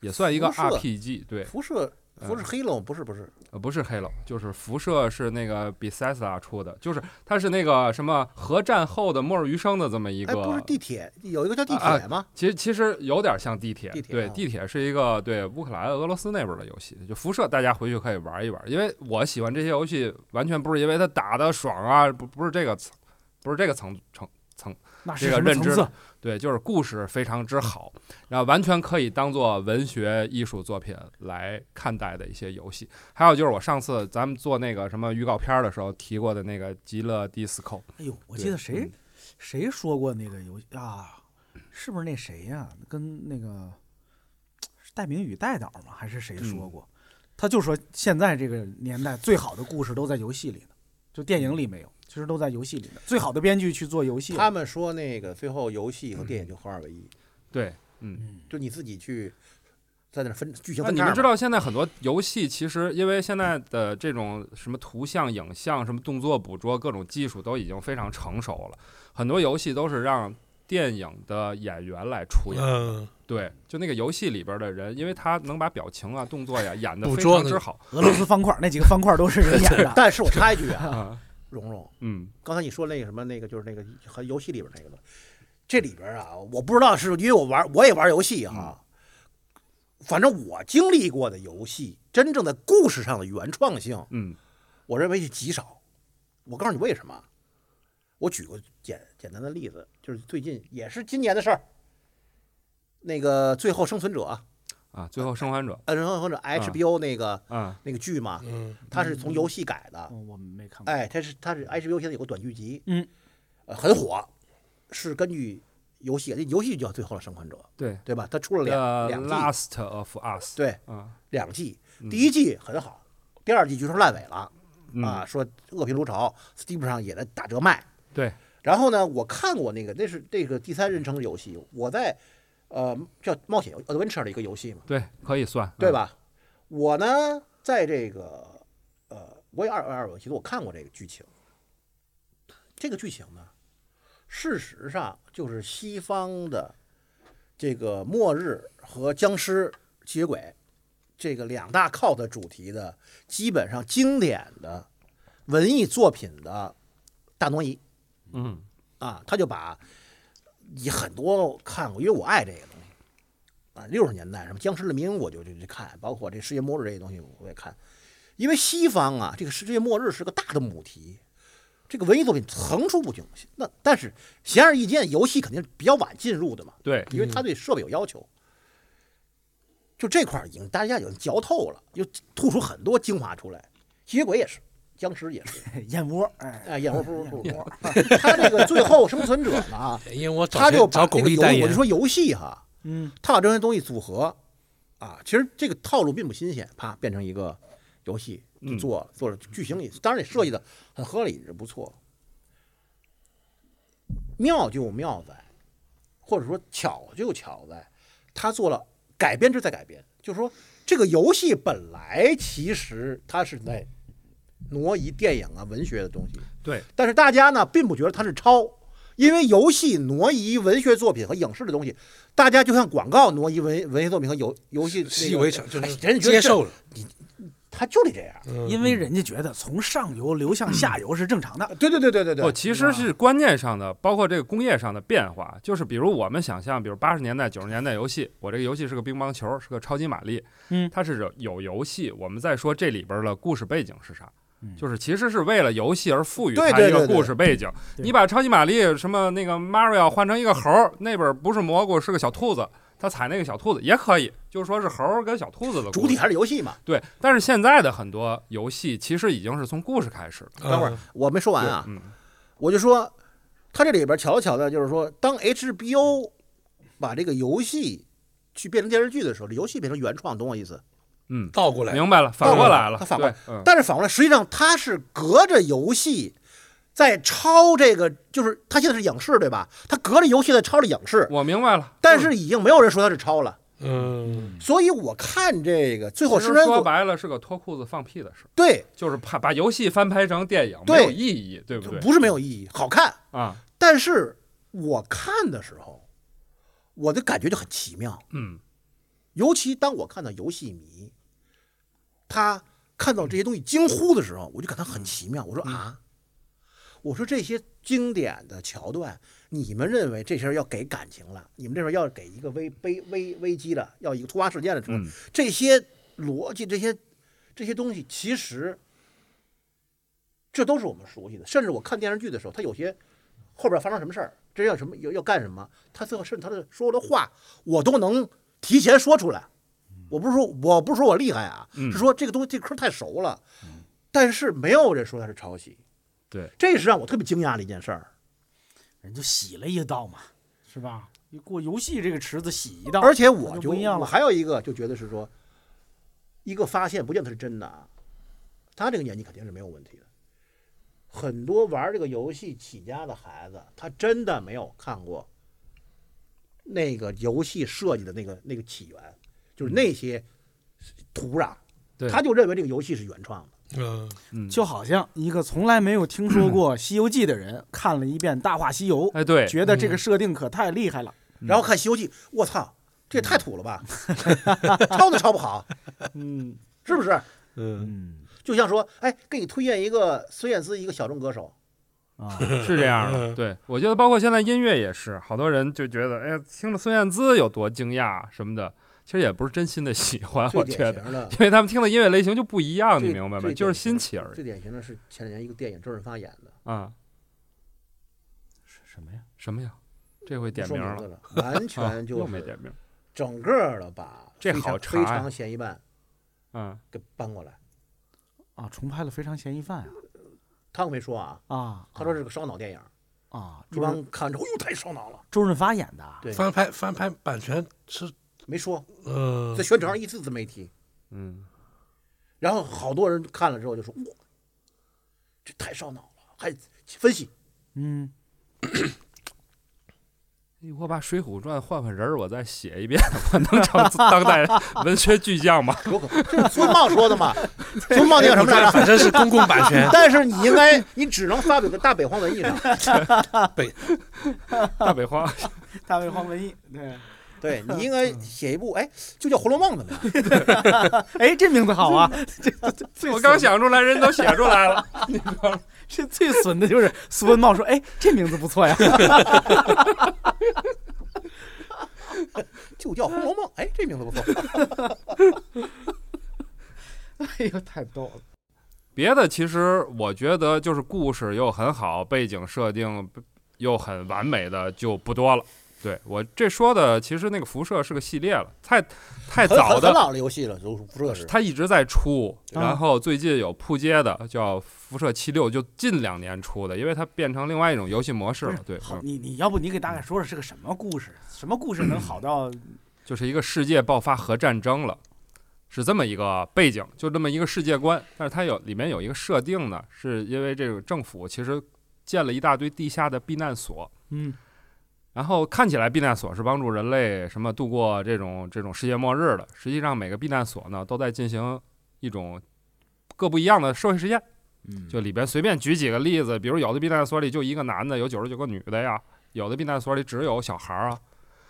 S7: 也算一个
S5: 辐射
S7: RPG，对，
S5: 哎辐射辐
S7: 嗯
S5: 射黑了，不是不是，
S7: 呃，不是 Halo，就是辐射是那个 Bethesda 出的，就是它是那个什么核战后的末日余生的这么一
S5: 哎，
S7: 个。
S5: 不是地铁有一个叫地
S7: 啊
S5: 铁吗？
S7: 其实其实有点像地铁，
S5: 地铁
S7: 对，
S5: 啊
S7: 地铁是一个对乌克兰、俄罗斯那边的游戏，就辐射，大家回去可以玩一玩。因为我喜欢这些游戏，完全不是因为它打的爽啊，不不是这个层，不是这个层层层，
S4: 那啊是
S7: 这
S4: 什
S7: 个
S4: 么
S7: 认
S4: 层
S7: 知
S4: 次
S7: 的？对，就是故事非常之好，然后完全可以当做文学艺术作品来看待的一些游戏。还有就是我上次咱们做那个什么预告片儿的时候提过的那个《极乐 DISCO》，
S4: 哎呦，我
S7: 对嗯
S4: 记得谁谁说过那个游戏啊？是不是那谁呀、跟那个是戴明宇戴导吗？还是
S7: 嗯
S4: 谁说过？他就说现在这个年代最好的故事都在游戏里呢，就电影里没有，其实都在游戏里呢。最好的编剧去做游戏了，
S5: 他们说那个最后游戏和电影就合二为一，
S7: 对，嗯。
S5: 就你自己去在那儿分剧情
S7: 那
S5: 分
S7: 呃你
S5: 叉
S7: 们
S5: 嘛
S7: 知道现在很多游戏其实因为现在的这种什么图像、影像、什么动作捕捉各种技术都已经非常成熟了，很多游戏都是让电影的演员来出演。
S6: 嗯，
S7: 对，就那个游戏里边的人，因为他能把表情啊、动作呀演得
S6: 捕
S7: 非
S6: 捉
S7: 常
S6: 那
S7: 之
S6: 个
S7: 好。
S4: 俄罗斯方块那几个方块都是人演的。
S5: 但是我插一句啊，
S7: 啊，
S5: 蓉蓉，
S7: 嗯，
S5: 刚才你说那个什么那个就是那个和游戏里边那个东西，这里边啊，我不知道是因为我玩我也玩游戏哈、
S7: 嗯
S5: 反正我经历过的游戏，真正的故事上的原创性，
S7: 嗯，
S5: 我认为是极少。我告诉你为什么？我举个简简单的例子，就是最近也是今年的事儿，那个《最后生存者》啊，
S7: 啊，最后生还者，
S5: 呃，《最后生存者》HBO 那个、
S7: 啊，
S5: 那个剧嘛，
S6: 嗯，
S5: 它是从游戏改的，
S4: 哦我们没看过。
S5: 哎，它是它是 HBO 现在有个短剧集，
S4: 嗯，
S5: 呃，很火，是根据游戏，这游戏就叫《最后的生还者》，
S7: 对
S5: 对吧？它出了
S7: The
S4: 呃
S5: 两两季，
S7: Last of Us，
S5: 对，
S4: 啊
S7: 嗯，
S5: 两季，第一季很好，第二季据说烂尾了、
S7: 嗯
S5: 啊，说恶评如潮，Steam 上也在打折卖。
S7: 对，
S5: 然后呢，我看过那个，那是这个第三人称的游戏，我在呃叫冒险游 Adventure 的一个游戏嘛，
S7: 对，可以算，
S5: 对
S7: 嗯？
S5: 吧？我呢，在这个呃，我也二二我其实我看过这个剧情，这个剧情呢，事实上就是西方的这个末日和僵尸吸血鬼这个两大 cult 主题的，基本上经典的文艺作品的大挪移
S7: 嗯，
S5: 啊，他就把也很多看过，因为我爱这个东西啊，六十年代什么《僵尸的名》我就就去看，包括这世界末日这些东西我也看，因为西方啊，这个世界末日是个大的母题，这个文艺作品层出不穷。那但是显而易见，游戏肯定是比较晚进入的嘛，
S7: 嗯对，
S5: 因为它对设备有要求。就这块儿已经大家已经嚼透了，又吐出很多精华出来。吸血鬼也是，僵尸也是，
S4: 燕窝，哎，
S5: 哎，燕窝不如不如窝。他这个最后生存者啊呢，
S6: 因为我找
S5: 他
S6: 谁
S5: 就把
S6: 找
S5: 这
S6: 巩
S5: 个
S6: 俐
S5: 游，
S6: 代言，
S5: 我就说游戏哈，
S4: 嗯，
S5: 他把这些东西组合啊，其实这个套路并不新鲜，啪变成一个游戏就做了做了剧情也，当然也设计的很合理，也不错。妙就妙在，或者说巧就巧在，他做了改编之再改编，就是说这个游戏本来其实它是在挪移电影啊、文学的东西，
S7: 对，
S5: 但是大家呢并不觉得它是抄，因为游戏挪移文学作品和影视的东西，大家就像广告挪移文文学作品和游游戏那个
S6: 习以为常，就
S5: 哎
S6: 是
S5: 人家觉得
S6: 接受了。
S5: 这，
S6: 嗯
S5: 他就得这样。
S7: 嗯
S4: 因为人家觉得从上游流向下游是正常的，
S5: 对对对对对
S7: 不，
S5: 对，
S7: 其实是观念上的，包括这个工业上的变化，就是比如我们想象，比如八十年代、九十年代游戏，我这个游戏是个乒乓球，是个超级玛丽，
S4: 嗯
S7: 它是有有游戏，我们再说这里边的故事背景是啥。就是其实是为了游戏而赋予
S5: 嗯对
S7: 它
S5: 对
S7: 一个
S5: 对对
S7: 故事背景。
S4: 对
S7: 你把超级玛丽什么那个 Mario 换成一个猴儿，那边不是蘑菇是个小兔子，他踩那个小兔子也可以，就是说是猴儿跟小兔子的故
S5: 主体
S7: 事
S5: 还是游戏嘛。
S7: 对。但是现在的很多游戏其实已经是从故事开始了。
S6: 嗯
S5: 等会儿我没说完啊，
S7: 嗯，
S5: 我就说，它这里边巧就巧在就是说，当 HBO 把这个游戏去变成电视剧的时候，这游戏变成原创，懂我意思？
S6: 倒过来，
S7: 明白了，反过来了，
S5: 它反过来
S7: 对嗯
S5: 但是反过来，实际上它是隔着游戏在抄这个，就是它现在是影视对吧？它隔着游戏在抄着影视，
S7: 我明白了。
S5: 但是已经没有人说它是抄了。
S6: 嗯，
S5: 所以我看这个最后
S7: 其
S5: 生
S7: 实
S5: 还
S7: 说
S5: 者，
S7: 白了是个脱裤子放屁的事儿，
S5: 对，
S7: 就是怕把游戏翻拍成电影没
S5: 对
S7: 有意义，对不对？
S5: 不是没有意义，好看。
S7: 啊，
S5: 但是我看的时候，我的感觉就很奇妙。
S7: 嗯，
S5: 尤其当我看到游戏迷，他看到这些东西惊呼的时候，我就感到很奇妙。我说啊，我说这些经典的桥段，你们认为这时候要给感情了，你们这时候要给一个危危危危机了，要一个突发事件的时候，
S7: 嗯
S5: 这些逻辑、这些这些东西，其实这都是我们熟悉的。甚至我看电视剧的时候，他有些后边发生什么事儿，这要什么要要干什么，他最后甚至他的说的话，我都能提前说出来。我不是说我不是说我厉害啊，
S7: 嗯
S5: 是说这个东西这嗑太熟了，但是没有人说他是抄袭。
S7: 对，
S5: 这是让我特别惊讶的一件事儿。
S4: 人就洗了一道嘛，是吧？你过游戏这个池子洗一道，
S5: 而且我
S4: 那
S5: 就
S4: 不一样
S5: 我
S4: 了。
S5: 还有一个就觉得是说，一个发现不见得是真的啊，他这个年纪肯定是没有问题的。很多玩这个游戏起家的孩子，他真的没有看过那个游戏设计的那个那个起源，就是
S4: 嗯
S5: 那些土壤，
S7: 对
S5: 他就认为这个游戏是原创的。
S6: 嗯，
S7: 嗯
S4: 就好像一个从来没有听说过《西游记》的人，看了一遍《大话西游》，
S7: 哎对，
S4: 觉得这个设定可太厉害了。
S5: 然后看《西游记》，我操，这也太土了吧， 抄都抄不好，
S4: 嗯
S5: 是不是？
S4: 嗯
S5: 就像说，哎，给你推荐一个孙燕姿，一个小众歌手，
S4: 啊，
S7: 是这样
S5: 嗯
S7: 的。对，我觉得包括现在音乐也是，好多人就觉得，哎呀，听了孙燕姿有多惊讶啊什么的，其实也不是真心的喜欢，
S5: 最
S7: 啊我觉
S5: 典
S7: 得，
S5: 型的
S7: 因为他们听的音乐类型就不一样，
S5: 最
S7: 你明白吗？
S5: 最
S7: 就是
S5: 典型
S7: 新奇而已
S5: 最典型的是前两年一个电影周润发演的，
S7: 啊。
S4: 什么呀？
S7: 什么呀？这回点
S5: 不
S7: 名
S5: 说
S7: 了
S5: 名 字，了，完
S7: 啊
S5: 全
S7: 又
S5: 就
S7: 没
S5: 是
S7: 点名。
S5: 整个的把
S7: 这
S5: 非常
S7: 好查
S5: 非
S7: 呀
S5: 常嫌疑犯
S7: 嗯，
S5: 给搬过来。
S4: 啊，重拍了《非常嫌疑犯
S5: 他可没说啊，》
S4: 啊啊
S5: 他说这是个烧脑电影，
S4: 啊，
S5: 一帮看着，哎呦，太烧脑了。
S4: 周润发演的，啊
S5: 对，
S6: 翻拍翻拍版权是
S5: 没说，
S6: 呃
S5: 在宣传上一字字没提。
S7: 嗯，
S5: 然后好多人看了之后就说：“哇，这太烧脑了！”还分析，
S4: 嗯，
S7: 我把《水浒传》换换人儿，我再写一遍，我能成 当代文学巨匠吗？
S5: 有可能 这是孙茂说的嘛？孙茂那叫什么来着？
S6: 反正是公共版 权
S5: 但是你应该，你只能发表在大北荒文艺上。
S6: 北
S7: 大 北荒，
S4: 大卫黄文艺，对，
S5: 对你应该写一部，哎，就叫《红楼梦》怎么样？
S4: 哎，这名字好啊，这这最
S7: 我刚想出来，人都写出来了。
S4: 这最损的就是苏文茂说，哎，这名字不错呀，
S5: 就叫《红楼梦》。哎，这名字不错。
S4: 哎呦，太逗了，
S7: 别的其实我觉得就是故事又很好，背景设定又很完美的就不多了。对我这说的，其实那个辐射是个系列了，太
S5: 很
S7: 太哎早
S5: 很很
S7: 的，
S5: 老的游戏了，都不这是。
S7: 它一直在出，
S4: 嗯
S7: 然后最近有扑街的叫《辐射七六》，就近两年出的，因为它变成另外一种游戏模式了。对，
S4: 好，
S7: 嗯
S4: 你你要不你给大概说说是个什么故事？什么故事能好到
S7: 就是一个世界爆发核战争了，是这么一个背景，就这么一个世界观。但是它有里面有一个设定呢，是因为这个政府其实建了一大堆地下的避难所，
S4: 嗯
S7: 然后看起来避难所是帮助人类什么度过这种这种世界末日的，实际上每个避难所呢都在进行一种各不一样的社会实验。
S4: 嗯
S7: 就里边随便举几个例子，比如有的避难所里就一个男的，有九十九个女的呀；有的避难所里只有小孩儿啊。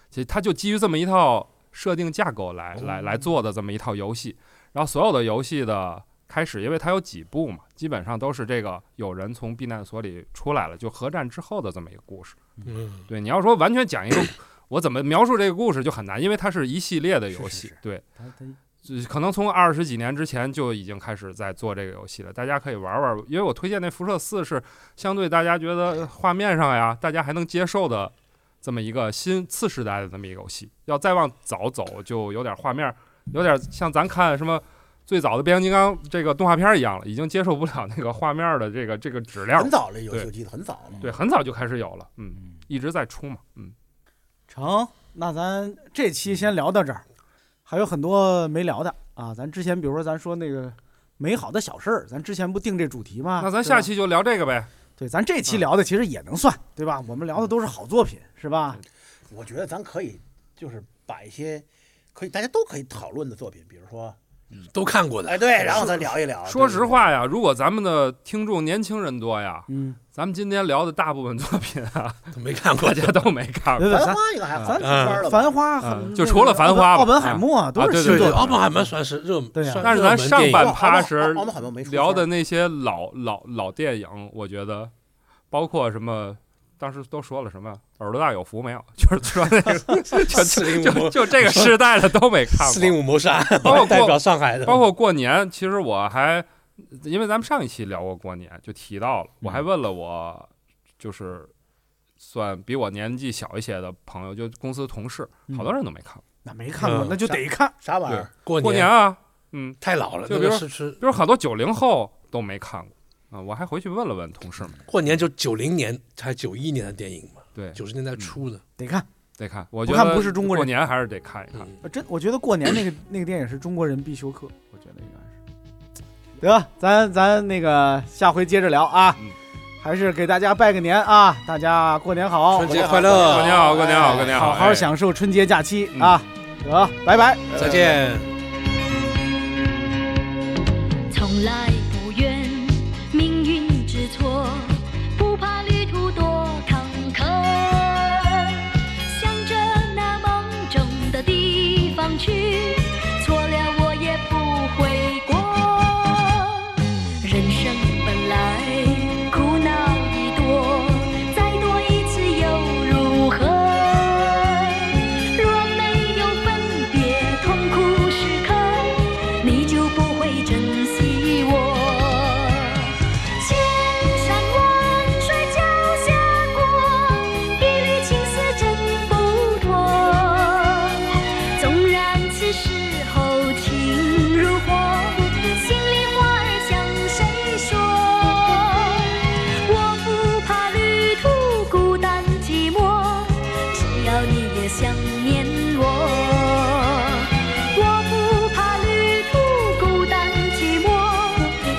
S7: 其实它就基于这么一套设定架构来
S4: 哦
S7: 来来做的这么一套游戏。然后所有的游戏的开始，因为它有几部嘛，基本上都是这个有人从避难所里出来了，就核战之后的这么一个故事。
S6: 嗯，
S7: 对，你要说完全讲一个， 我怎么描述这个故事就很难，因为它是一系列的游
S4: 是是
S7: 戏。
S4: 是
S7: 对，
S4: 他他
S7: 就可能从二十几年之前就已经开始在做这个游戏了，大家可以玩玩。因为我推荐那辐射四是相对大家觉得呃画面上呀，大家还能接受的这么一个新次时代的这么一个游戏。要再往早走，就有点画面，有点像咱看什么最早的变形金刚这个动画片一样了，已经接受不了那个画面的这个这个质量
S5: 很。早了，游戏
S7: 对
S5: 我记得很早了。
S7: 对，很早就开始有了，嗯，
S4: 嗯
S7: 一直在出嘛，嗯，
S4: 成，那咱这期先聊到这儿，还有很多没聊的啊。咱之前比如说咱说那个美好的小事儿，咱之前不定这主题吗？
S7: 那咱
S4: 对吧
S7: 下期嗯就聊这个呗。
S4: 对，咱这期聊的其实也能算，对吧？我们聊的都是好作品，是吧？
S5: 我觉得咱可以就是把一些可以大家都可以讨论的作品，比如说，
S6: 都看过的
S5: 哎，对，然后咱聊一聊。
S7: 说
S5: 对
S7: 实，话呀，如果咱们的听众年轻人多呀，
S4: 嗯，
S7: 咱们今天聊的大部分作品啊，
S6: 都没看过
S7: 大家都没看过
S4: 对对，
S5: 对繁
S4: 咱
S5: 花应该还好，
S4: 咱
S5: 圈了
S4: 《
S5: 吧？
S4: 繁花》
S7: 嗯
S4: 很
S7: 就除了繁花吧
S4: 奥本海默都
S7: 啊
S4: 是
S7: 对
S4: 新
S6: 对
S4: 作
S6: 对，
S4: 品。
S6: 奥本海默算是热，
S4: 对啊
S6: 算
S7: 但是咱
S6: 热门
S7: 上
S6: 电影
S7: 半
S5: 哇
S7: 趴
S5: 奥本
S7: 时
S5: 奥奥本海默没出
S7: 聊
S5: 事儿
S7: 的那些老老老电影，我觉得包括什么，当时都说了什么“耳朵大有福”没有，就是说那个
S6: 四
S7: 就
S6: 零
S7: 就
S6: 五
S7: 就就这个时代的都没看
S6: 四零
S7: 过，
S6: 五谋杀案
S7: 包括
S6: 代表上海 的，
S7: 包括过年，其实我还因为咱们上一期聊过过年，就提到了，我
S4: 嗯
S7: 还问了我就是算比我年纪小一些的朋友，就公司同事，好
S4: 嗯
S7: 多人都没看过
S4: 那没看过，
S6: 嗯
S4: 那就得看。
S5: 啥玩意儿？
S6: 过
S7: 过年啊，嗯。
S6: 太老了，
S7: 就
S6: 那
S7: 比
S6: 个
S7: 如
S6: 是是
S7: 就是很多九零后都没看过啊、我还回去问了问同事们，
S4: 嗯
S6: 过年就九零年还九一年的电影嘛，
S7: 对，
S6: 九十年代初的，
S4: 得看，
S7: 得看。我
S4: 不
S7: 觉得
S4: 看不是中国人
S7: 过年还是得看一看。
S6: 嗯，
S4: 呃真我觉得过年那个那个电影是中国人必修课，我觉得应该
S6: 嗯
S4: 是。得吧，咱咱那个下回接着聊啊，
S7: 嗯
S4: 还是给大家拜个年啊，大家过年好，
S6: 春节快乐，
S7: 过年好，过年好，过年
S4: 好好
S7: 哎
S4: 享受春节假期
S7: 嗯
S4: 啊，得，拜拜。
S6: 再见。
S8: 从来不怨命运之错，不怕旅途多坎坷，向着那梦中的地方去，错了我也不悔过。人生本来苦恼已多，再多一次又如何？若没有分别痛苦时刻。你就不会珍惜我。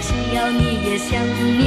S8: 想你。